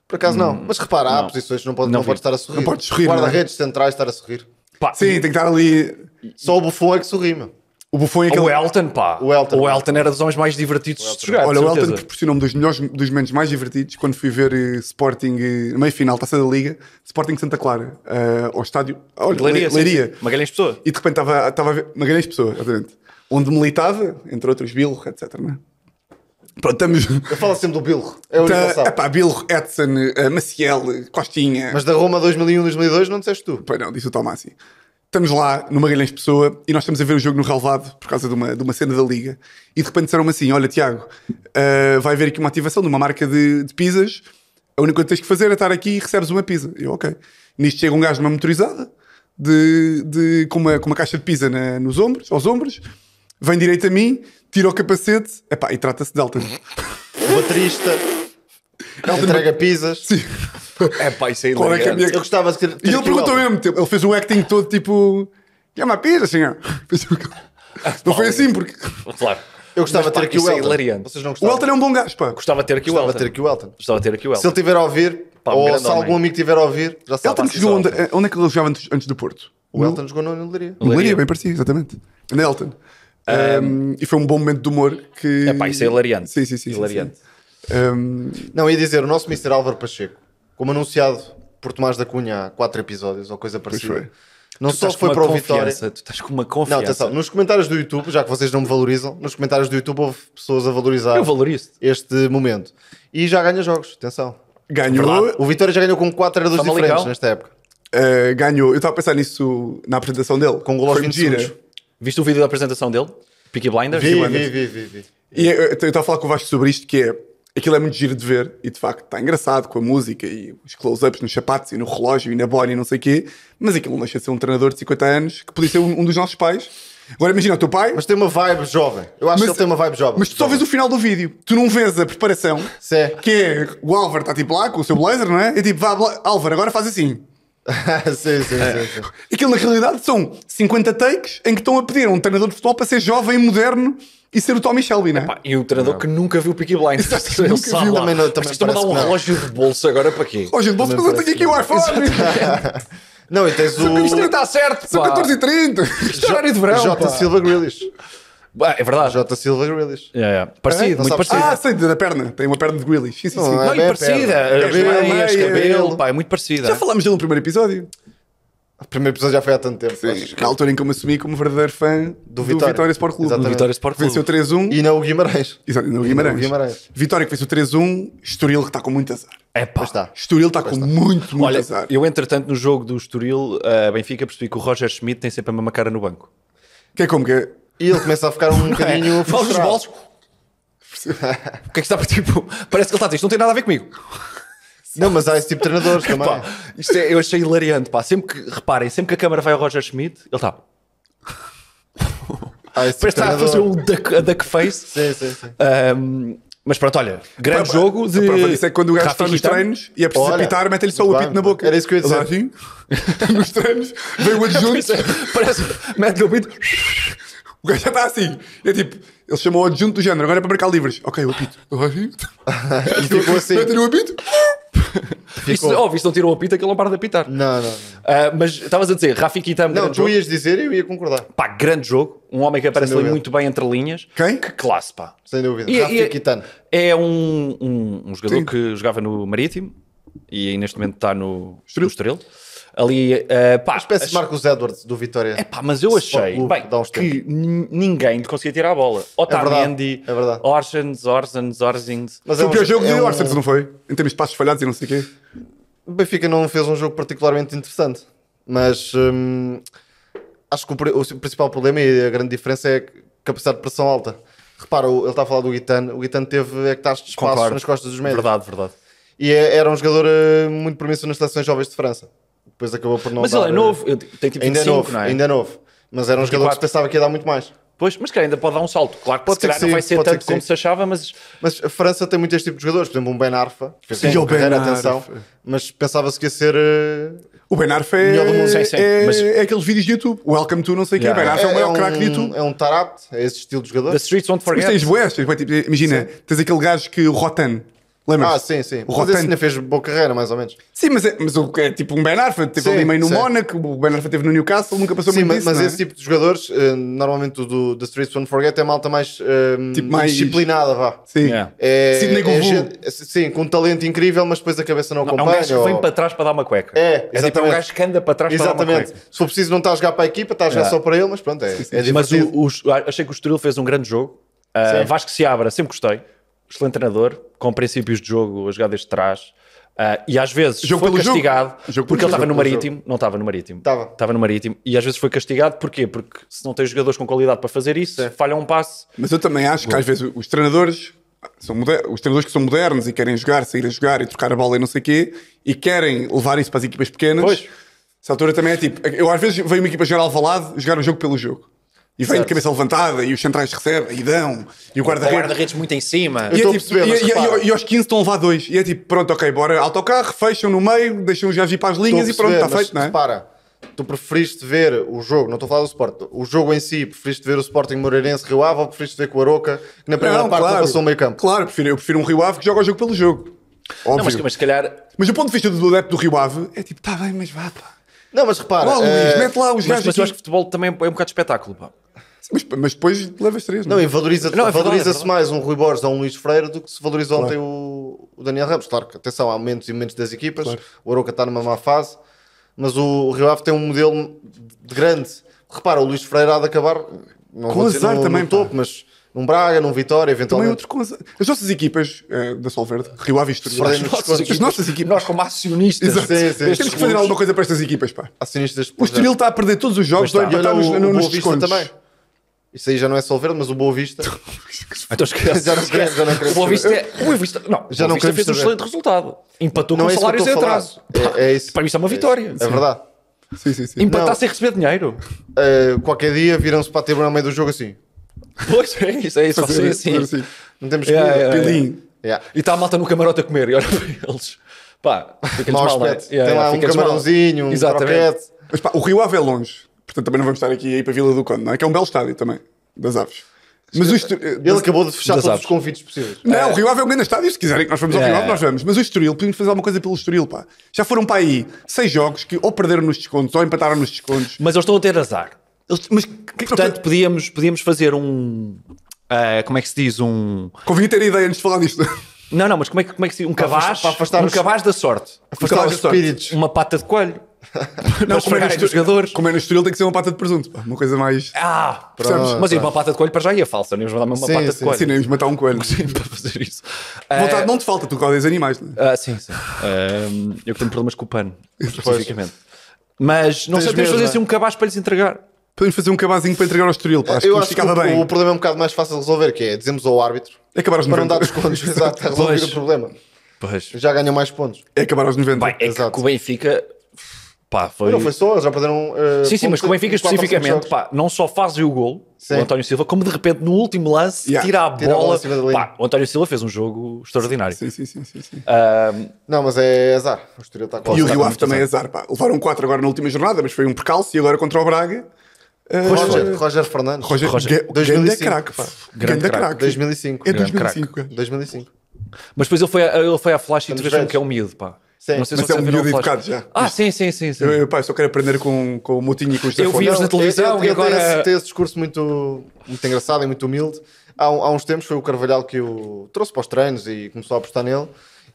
S2: Por acaso não. Mas repara, há
S1: Hum, Não.
S2: posições que não pode,
S1: Não
S2: não
S1: vi.
S2: pode estar a sorrir.
S3: Não pode sorrir, não é?
S2: Guarda-redes centrais estar a sorrir.
S1: Pá,
S3: Sim, tem que estar ali.
S2: Só o Buffon é que sorri, meu.
S3: O Buffon é aquele.
S1: O Elton, pá.
S2: O Elton.
S1: era dos homens mais divertidos de jogar.
S3: Olha,
S1: de
S3: o Elton
S1: certeza.
S3: proporcionou-me dos melhores, dos momentos mais divertidos quando fui ver eh, Sporting, eh, meio-final, taça da Liga, Sporting Santa Clara, eh, ao estádio. Olha,
S1: Leiria.
S3: Leiria.
S1: sim,
S3: Leiria.
S1: sim. Magalhães Pessoa.
S3: E de repente estava estava a ver Magalhães Pessoa, exatamente. Onde militava, entre outros, Bilro, etc. Não é? Pronto, estamos.
S2: Eu falo sempre do Bilro. É o único que
S3: Tá,
S2: sabe.
S3: epá, Bilro, Edson, eh, Maciel, eh, Costinha.
S2: Mas da Roma 2001, 2002 não disseste tu.
S3: Pois não, disse o Tomasi. Estamos lá no Magalhães Pessoa e nós estamos a ver o jogo no relevado por causa de uma, de uma cena da liga. E de repente disseram-me assim: Olha, Tiago, ah, vai haver aqui uma ativação de uma marca de, de pizzas. A única coisa que tens que fazer é estar aqui e recebes uma pizza. Eu, ok. Nisto chega um gajo numa motorizada de, de- com, uma, com uma caixa de pizza na- nos ombros, aos ombros, vem direito a mim, tira o capacete epá, e trata-se de Elton.
S2: O baterista. entrega pizzas.
S3: Sim.
S1: É pá, isso aí
S3: Qual é que é a minha-
S2: Eu gostava de ter.
S3: E ele perguntou ao mesmo tempo, ele fez o acting todo tipo. É uma pizza, senhor. Fez o- Não foi assim, porque.
S1: Claro.
S2: Eu gostava de
S1: Mas,
S2: ter
S1: pá,
S2: aqui o
S1: isso é
S2: Elton.
S1: hilariante.
S2: Vocês não
S3: O
S2: gostavam?
S3: Elton é um bom gajo, pá.
S1: Gostava de ter aqui o
S2: Gostava
S1: Elton.
S2: de ter aqui o Elton.
S1: Gostava de ter aqui o
S2: Se
S1: Elton.
S2: ele estiver a ouvir,
S1: Pá, um
S2: ou
S1: grande
S2: se algum
S1: homem.
S2: amigo estiver a ouvir, já sabe.
S3: Elton que
S2: pá,
S3: jogou
S2: sim,
S3: onde, onde é que ele jogava antes, antes do Porto?
S2: O Elton jogou no Leiria.
S3: No Leiria,
S1: Leiria.
S3: bem parecido, exatamente. Na Elton. Um, e foi um bom momento de humor que.
S1: É pá, isso é hilariante.
S3: Sim, sim, sim. sim,
S1: Hilariante.
S3: sim. Um,
S2: Não, ia dizer, o nosso Mr. Álvaro Pacheco, como anunciado por Tomás da Cunha há quatro episódios ou coisa parecida,
S3: foi.
S2: não
S1: Tu
S2: só
S1: estás com
S2: foi
S1: uma
S2: para o Vitória.
S1: confiança, Tu estás com uma
S2: Não,
S1: confiança.
S2: atenção, nos comentários do YouTube, já que vocês não me valorizam, nos comentários do YouTube houve pessoas a valorizar
S1: Eu valorizo-te.
S2: este momento. E já ganha jogos, atenção.
S3: ganhou.
S2: O Vitória já ganhou com quatro eras
S1: Famalicão.
S2: diferentes nesta época.
S3: uh, ganhou. Eu estava a pensar nisso na apresentação dele.
S2: Com um gol aos
S3: Foi
S2: 20
S3: gira.
S2: segundos.
S1: Viste o vídeo da apresentação dele? Peaky Blinders?
S2: Vi,
S3: Wonders.
S2: vi, vi, vi, vi.
S3: E eu eu estava a falar com o Vasco sobre isto, que é aquilo é muito giro de ver e de facto está engraçado com a música e os close-ups nos sapatos e no relógio e na bola e não sei o quê, mas aquilo não deixa de ser um treinador de 50 anos que podia ser um, um dos nossos pais. Agora imagina o teu pai, mas,
S2: Mas tem uma vibe jovem. Eu
S3: Mas-
S2: acho que ele tem uma vibe jovem.
S3: tu só vês o final do vídeo, tu não vês a preparação,
S2: Cé.
S3: que é o Álvaro está tipo lá com o seu blazer, não é? E tipo, vá, Bla- Álvaro, agora faz assim.
S2: sim, sim,
S3: É.
S2: sim, sim.
S3: Aquilo na realidade são 50 takes em que estão a pedir a um treinador de futebol para ser jovem, moderno e ser o Tommy Shelby, não é?
S1: Pá, e o treinador que nunca viu o Peaky Blinders.
S3: Exato,
S1: Ele
S3: nunca
S1: sabe
S3: viu.
S1: lá.
S2: Também não-
S1: Mas
S2: também
S1: estão-me a dar
S2: parece
S1: um
S2: que não.
S1: relógio de bolso agora para quê?
S3: Ó, gente, bolso, mas eu tenho aqui o iPhone!
S2: Não, e tens
S3: Isto
S1: é
S3: não
S2: o
S3: está certo! São
S1: pá.
S3: 14 e 30 Isto é horário de verão!
S2: J.
S3: pá.
S2: Silva Grealish.
S1: Ah, é verdade.
S2: J. Silva Grealish.
S1: É, é. Parecido,
S2: Não
S1: muito
S2: sabes-
S1: parecido.
S3: Ah, sei, da perna. Tem uma perna de Grealish. Sim, sim,
S2: Não,
S3: sim.
S2: é
S1: não, e
S2: bem
S1: parecida.
S2: perna.
S1: As meias,
S3: Cabelo,
S1: cabelo, pá, é muito parecida.
S3: Já falámos dele no primeiro episódio.
S2: O primeiro episódio já foi há tanto tempo.
S3: Sim,
S2: acho.
S3: na altura em que eu me assumi como verdadeiro fã do,
S2: Vitória.
S3: Vitória. Sport Clube. é?
S2: Exatamente.
S1: Vitória Sport Clube.
S3: Venceu 3-1.
S2: E não o Guimarães.
S3: Exato, não,
S2: o
S3: Guimarães.
S2: Guimarães.
S3: Vitória que venceu 3-1. Estoril que está com muito azar.
S1: É pá.
S2: Pois está.
S3: Estoril está com muito, tá. muito
S1: Olha,
S3: azar.
S1: eu entretanto no jogo do Estoril, a Benfica percebi que o Roger Schmidt tem sempre a mesma cara no banco.
S3: Que é como que é?
S2: E ele começa a ficar um bocadinho
S1: Faz os
S2: frustrado.
S1: bolos. O que é que está para tipo? Parece que ele está a dizer, isto não tem nada a ver comigo.
S2: Não, mas há esse tipo de treinadores também.
S1: Pá, isto é, eu achei hilariante, pá. Sempre que, reparem, sempre que a câmara vai ao Roger Schmidt, ele está.
S2: Há
S1: Parece que
S2: esse tipo de
S1: está a fazer
S2: treinador.
S1: um duck, a duck face.
S2: Sim, sim, sim.
S1: Ahm, mas pronto, olha, grande
S3: Pá,
S1: jogo
S3: A
S1: de.
S3: prova disso é que quando o gajo
S1: Rafa
S3: está nos
S1: Kitano.
S3: treinos e é preciso
S2: Olha,
S3: apitar, mete-lhe só
S2: muito
S3: o
S2: bem,
S3: apito na boca.
S2: era isso que eu ia
S3: Ele dá
S2: dizer.
S3: assim, nos treinos, vem o
S1: Pois
S3: adjunto.
S1: é, Parece, mete-lhe o bico.
S3: O gajo já está assim. É tipo, ele chamou o adjunto do género, agora é para marcar livres. Ok, o apito.
S2: E ficou assim.
S3: Mete-lhe o um apito.
S1: Isto, óbvio, isto não tirou a pita que ele não para de apitar.
S2: Não, não, não.
S1: Ah, mas estavas a dizer, Rafi Kitamo,
S2: Não,
S1: grande
S2: tu
S1: jogo.
S2: ias dizer e eu ia concordar.
S1: Pá, grande jogo. Um homem que aparece
S2: Sem
S1: ali
S2: dúvida.
S1: muito bem entre linhas.
S3: Quem?
S1: Que classe, pá.
S2: Sem dúvida.
S1: E-
S2: Rafa
S1: e-
S2: Kitano.
S1: É um, um, um jogador
S3: Sim.
S1: que jogava no Marítimo e neste momento está no
S3: Estoril.
S1: no Estoril. Ali, eh, pá,
S2: Espécie de
S1: ach-
S2: Marcos Edwards do Vitória.
S1: é pá, mas eu achei
S2: Clube,
S1: bem,
S2: dá uns
S1: que n- ninguém lhe conseguia tirar a bola.
S2: verdade,
S1: Otamendi,
S2: é verdade.
S1: Orsens, Orsens, Orsens.
S2: Mas
S3: Foi
S2: é
S3: o
S2: um-
S3: pior jogo de
S2: é um-
S3: Orsens, não foi? Em termos de passos falhados e não sei o quê.
S2: O Benfica não fez um jogo particularmente interessante, mas hum, acho que o, pri- o principal problema e a grande diferença é a capacidade de pressão alta. Repara, o- ele está a falar do Guitano, o Guitano teve é hectares de espaços
S1: Concordo.
S2: nas costas dos médios.
S1: Verdade, verdade.
S2: E é- era um jogador eh, muito promissor nas seleções jovens de França. Depois acabou por não
S1: Mas
S2: dar,
S1: ele é
S2: eh,
S1: novo, eu- tem tipo
S2: Ainda é
S1: 25,
S2: novo,
S1: não é?
S2: ainda é novo. Mas era um jogador que
S1: 24.
S2: se pensava que ia dar muito mais.
S1: Pois, mas cara, ainda pode dar um salto. Claro que
S2: Pode
S1: se
S2: ser
S1: calhar
S2: que
S1: não vai
S2: sim,
S1: ser
S2: pode ser
S1: tanto
S2: que
S1: como
S2: sim.
S1: se achava, mas
S2: Mas a França tem muito este tipo de jogadores, por exemplo, um Ben Arfa, que fez
S3: Sim,
S2: uma
S3: o Ben
S2: carreira,
S3: Arfa.
S2: atenção, mas pensava-se que ia ser. eh,
S3: O Ben Arfa
S1: Melhor do mundo, sim,
S3: é,
S1: sim,
S3: é,
S1: mas-
S3: é aqueles vídeos de YouTube. Welcome to não sei o
S1: Yeah.
S3: quê. Ben Arfa é, o maior craque de YouTube.
S2: é um tarapte, é esse estilo de jogador.
S1: The Streets Won't
S3: Mas
S1: Forget.
S3: tens boés, tens bué, tipo, imagina, tens aquele gajo que o Rotan. Lembras?
S2: Ah, sim, sim.
S3: O
S2: Mas esse
S3: Rotan.
S2: ainda fez boa carreira, mais ou menos.
S3: Sim, mas é, mas o- é tipo um Ben Arfa. Teve
S2: Sim,
S3: ali meio no
S2: sim.
S3: Mónaco, o Ben Arfa teve no Newcastle, nunca passou
S2: Sim,
S3: muito
S2: mas,
S3: disso,
S2: mas
S3: não é?
S2: esse tipo de jogadores, eh, normalmente o do The Streets One Forget é malta mais, eh,
S3: Tipo mais-
S2: disciplinada, vá.
S3: Sim.
S1: Yeah.
S2: É,
S3: Sidney
S2: é
S3: Govou.
S2: gente- é, sim, com um talento incrível, mas depois a cabeça não,
S1: Não, é um
S2: acompanha.
S1: gajo que vem
S2: ou-
S1: para trás para dar uma cueca.
S2: É,
S1: é tipo é um
S2: exatamente.
S1: gajo que anda para trás para dar uma
S2: Exatamente.
S1: cueca.
S2: Se for preciso, não está a jogar para a equipa, está a jogar
S1: Yeah.
S2: só para ele, mas pronto, é, é
S1: Mas
S2: divertido.
S1: o, os- achei que o Estoril fez um grande jogo. Uh,
S2: Sim.
S1: Vasco se abra, sempre gostei. Excelente treinador, com princípios de jogo, a jogar desde trás. Uh, e às vezes
S3: Jogo
S1: foi
S3: pelo jogo.
S1: castigado
S3: Jogo
S1: porque
S3: pelo
S1: ele estava
S3: jogo,
S1: no
S3: pelo
S1: marítimo, não estava no marítimo,
S2: Estava.
S1: no marítimo, e às vezes foi castigado porquê? Porque se não tem jogadores com qualidade para fazer isso, falha um passe.
S3: Mas eu também acho que às vezes os treinadores são moder- os treinadores que são modernos e querem jogar, sair a jogar e trocar a bola e não sei o quê, e querem levar isso para as equipas pequenas.
S1: Pois.
S3: Essa altura também é tipo, eu às vezes vejo uma equipa geral valado jogar o jogo pelo jogo. E vem de
S1: Certo.
S3: cabeça levantada, e os centrais recebem, e dão, e o
S1: O
S3: guarda-redes.
S1: guarda-redes muito em cima.
S3: E,
S2: Eu estou a
S3: tipo,
S2: perceber, mas
S3: e, e-
S2: repara.
S3: e- e aos 15 estão a levar dois. E é tipo, pronto, ok, bora autocarro, fecham no meio, deixam os gajos ir para as linhas e
S2: Estou a
S3: pronto,
S2: perceber,
S3: está
S2: mas
S3: feito, não é?
S2: Repara, tu preferiste ver o jogo, não estou a falar do Sport, o jogo em si, preferiste ver o Sporting Moreirense Rio Ave ou preferiste ver com o Aroca, que na primeira parte não passou o meio campo?
S3: Claro, eu prefiro, eu prefiro um Rio Ave que joga o jogo pelo jogo. Óbvio.
S1: Não, mas, mas se calhar
S3: Mas do ponto de vista do adepto do Rio Ave, é tipo, tá bem, mas vá, pá.
S2: Não, mas repara,
S3: Ó,
S2: eh,
S3: Luís, mete lá os
S1: mas, mas
S3: gajos
S1: eu acho
S3: aqui.
S1: que futebol também é um bocado de espetáculo. pá.
S3: Mas, mas depois levas três, não
S2: não,
S3: é?
S2: e valoriza-
S1: Não, é verdade,
S2: valoriza-se
S1: é verdade.
S2: mais um Rui Borges ou um Luís Freire do que se valorizou ontem o, o Daniel Ramos. Claro que, atenção, há momentos e momentos das equipas, o Aroca está numa má fase, mas o, o Rio Ave tem um modelo de grande. Repara, o Luís Freire há de acabar não
S3: Com
S2: vou dizer
S3: azar
S2: no,
S3: também,
S2: no
S3: pá.
S2: topo, mas num Braga, num Vitória,
S3: Também
S2: eventualmente.
S3: outro coisa. As nossas equipas eh, da Solverde, Rio Ave e Estoril.
S2: Perdemos
S3: As
S2: descontos.
S3: nossas- As nossas equipas.
S1: Nós, como acionistas,
S3: Exato.
S2: Sim, sim.
S3: Temos que fazer alguma coisa para estas equipas, pá.
S2: Acionistas de
S3: O Estoril está a perder todos os jogos,
S1: Pois
S3: vai
S1: está.
S3: empatar
S2: E olha
S3: nos,
S2: o-
S3: nos
S2: o Boa Vista
S3: descontos.
S2: também. Isso aí já não é Solverde, mas o Boa Vista.
S1: Então esquece.
S2: Já não queremos, já não queremos
S1: O Boa Vista, é- o Boa Vista, não, o
S2: Já
S1: Boa
S2: não
S1: Vista
S2: queremos
S1: fez um
S2: saber.
S1: excelente resultado. Empatou
S2: Não
S1: com
S2: é isso que eu
S1: salários em
S2: estou a falar.
S1: atraso.
S2: É, é isso.
S1: Para mim isso é uma vitória.
S2: É verdade.
S3: Sim, sim, sim.
S1: Empatar
S2: Não.
S1: sem receber dinheiro.
S2: Eh, qualquer dia viram-se para a tribuna no meio do jogo assim.
S1: Pois é, isso é isso.
S3: Fazer-
S1: Fazer, assim.
S3: fazer assim.
S2: Não temos
S1: É,
S2: comida.
S1: é, é.
S3: Pelinho.
S2: Yeah.
S1: E está a malta no camarote a comer e olha para eles. Pá, fica-lhes
S2: Mau
S1: mal, não é?
S2: aspecto.
S1: Yeah,
S2: Tem lá
S1: yeah,
S2: um
S1: fica-lhes mal.
S2: camarãozinho, um
S1: Exatamente.
S2: croquete.
S3: Mas pá, o Rio Ave é longe. Portanto, também não vamos estar aqui aí para a Vila do Conde, não é? Que é um belo estádio também, das aves. Mas o eh, Estoril.
S2: Ele acabou de fechar
S1: Das
S2: todos
S1: aves.
S2: os convites possíveis.
S3: Não, o Rio Ave é um grande estádio. Se quiserem que nós vamos ao
S1: É.
S3: Rio Ave, nós vamos. Mas o Estoril, podemos fazer alguma coisa pelo Estoril, pá. Já foram para aí seis jogos que ou perderam nos descontos ou empataram nos descontos.
S1: Mas eles estão a ter azar.
S3: Eles- Mas que-
S1: Portanto, podíamos, podíamos fazer um. ah, como é que se diz? Um.
S3: convinha ter ideia antes de falar disto.
S1: Não, não, mas como é que, como é que se. Um cavaz.
S2: afastar- para afastar
S1: um
S2: os-
S1: cavaz da sorte.
S3: Afastar
S1: Um
S3: os
S1: cavaz da sorte.
S2: espíritos.
S1: Uma pata de coelho. Não,
S3: como é, no
S1: os
S3: Estoril,
S1: jogadores.
S3: como é no Estoril, tem que ser uma pata de presunto, pá. Uma coisa mais.
S1: Ah,
S3: Percebes?
S1: mas ir uma pata de coelho para já ia falsa, não íamos mandar mesmo uma
S2: Sim,
S1: pata
S2: sim,
S1: de coelho.
S3: Sim, nem vamos matar um coelho.
S1: Sim, para fazer isso.
S3: Vontade
S1: Eh,
S3: não te falta, tu que odeias animais, né?
S1: ah, sim, sim. Ehm, eu que tenho problemas com o pano, especificamente. Mas não
S2: Tens
S1: sei, podemos
S2: medo,
S1: fazer
S2: não é?
S1: assim um cabaz para lhes entregar.
S3: Podemos fazer um cabazinho para entregar ao Estoril, pá. Acho
S2: Eu
S3: que nos
S2: acho que o,
S3: ficava bem.
S2: o problema é um bocado mais fácil de resolver, que é dizemos ao árbitro
S3: É acabar aos
S2: para não
S3: 90.
S2: dar descontos. Exato, está resolvido
S1: Pois.
S2: o problema.
S1: Pois.
S2: Já ganham mais pontos.
S3: É acabar aos 90.
S1: Bem, é
S2: Exato.
S1: que o Benfica. Pá, foi.
S2: Não foi só, eles já perderam. eh,
S1: Sim, sim, mas
S2: pontos
S1: com o Benfica
S2: em quatro ou cinco
S1: especificamente,
S2: jogos.
S1: pá, não só fazem o gol,
S2: Sim.
S1: o António Silva, como de repente no último lance
S3: Yeah.
S1: tira, a
S2: Tira a bola
S1: bola.
S2: em cima da linha.
S1: Pá, o António Silva fez um jogo extraordinário.
S3: Sim, sim, sim, sim,
S2: É,
S3: sim.
S2: Não, mas é azar. O Estoril está com
S3: e o
S2: azar.
S1: tá
S3: Rio Ave também é azar, pá. Levaram 4 agora na última jornada, mas foi um percalço e agora contra o Braga. eh,
S2: Roger, Roger Fernandes.
S3: Roger,
S1: Roger.
S3: Roger. Ganda
S2: 2005.
S3: craque, pá.
S1: Grande
S3: Ganda
S1: craque.
S3: craque.
S2: 2005.
S3: É
S1: Grande
S3: 2005, cara.
S2: 2005.
S1: Mas depois ele foi, a- ele foi à flash e tu
S2: Estamos
S1: vês como
S2: velhos.
S1: que é humilde, pá.
S2: Sim.
S3: Mas
S1: vocês
S3: é um
S1: viram a
S3: miúdo
S1: Flash.
S3: educado já.
S1: Ah, sim, sim, sim. sim.
S3: Eu, eu, pá, eu só quero aprender com, com o Moutinho e com o Estefão.
S1: vi-os
S3: Não,
S1: na televisão
S2: eu-
S1: e
S2: eu
S1: agora-
S2: tenho esse, tenho esse discurso muito, muito engraçado e muito humilde. Há, um- há uns tempos foi o Carvalhal que o trouxe para os treinos e começou a apostar nele.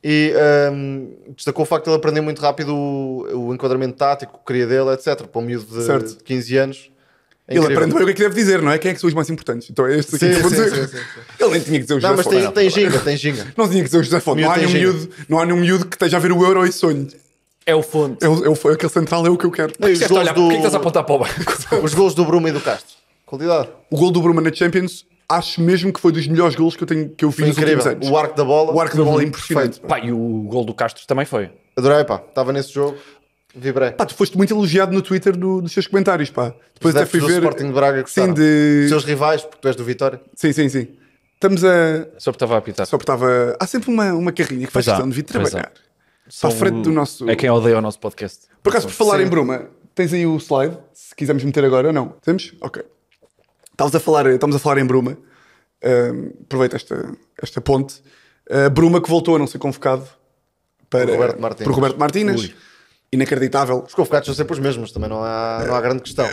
S2: E hum, destacou o facto de ele aprender muito rápido o, o enquadramento tático, o que queria dele, etc. Para um miúdo de,
S3: Certo.
S2: de 15 anos. É
S3: Ele
S2: incrível.
S3: aprende bem o que é que deve dizer, não é? Quem é que são os mais importantes? Então é este aqui
S2: Sim,
S3: que eu vou
S2: sim,
S3: dizer.
S2: sim, sim,
S3: Ele nem tinha que dizer o José
S2: Não, mas
S3: Fonte.
S2: tem, tem ginga, tem ginga.
S3: Não tinha que dizer o José Fonte. Não, há
S2: Miúdo
S3: nenhum
S2: tem
S3: miúdo, não há nenhum miúdo que esteja a ver o Euro e sonho.
S1: É o fundo.
S3: É o, é o- aquele central é o que eu quero.
S2: Não, e os
S1: Disseste,
S2: gols
S1: olha,
S2: do-
S1: porquê que estás a apontar para o banco?
S2: Os gols do Bruma e do Castro. Qualidade.
S3: O gol do Bruma na Champions, acho mesmo que foi dos melhores gols que eu, tenho, que eu vi
S2: Foi
S3: nos últimos
S2: incrível.
S3: anos.
S2: O arco da bola.
S3: O arco da bola é impressionante.
S1: Pá, e o gol do Castro também foi.
S2: Adorei, pá. Estava nesse jogo. Vibrei.
S3: Pá, tu foste muito elogiado no Twitter do- dos seus comentários, pá. Depois até
S2: Adeptos
S3: fui
S2: do
S3: ver.
S2: Sporting de Braga que
S3: Sim,
S2: gostaram.
S3: de.
S2: Seus rivais, porque tu és do Vitória.
S3: Sim, sim, sim. Estamos a.
S1: Só porque estava a apitar.
S3: Só porque estava. Há sempre uma, uma carrinha que faz
S1: Pois há,
S3: questão de vir
S1: pois há.
S3: trabalhar.
S1: São
S3: à frente do nosso-
S1: É quem odeia o nosso podcast.
S3: Por acaso, por falar
S2: Sim.
S3: em Bruma, tens aí o slide, se quisermos meter agora ou não. Temos? Ok. Estávamos a falar, estamos a falar em Bruma. Ahm, aproveita esta, esta ponte. Ah, Bruma que voltou a não ser convocado para,
S2: Por Roberto Martínez.
S3: por Roberto Martínez. Inacreditável.
S2: Os convocados são sempre os mesmos, também não há, não há grande questão.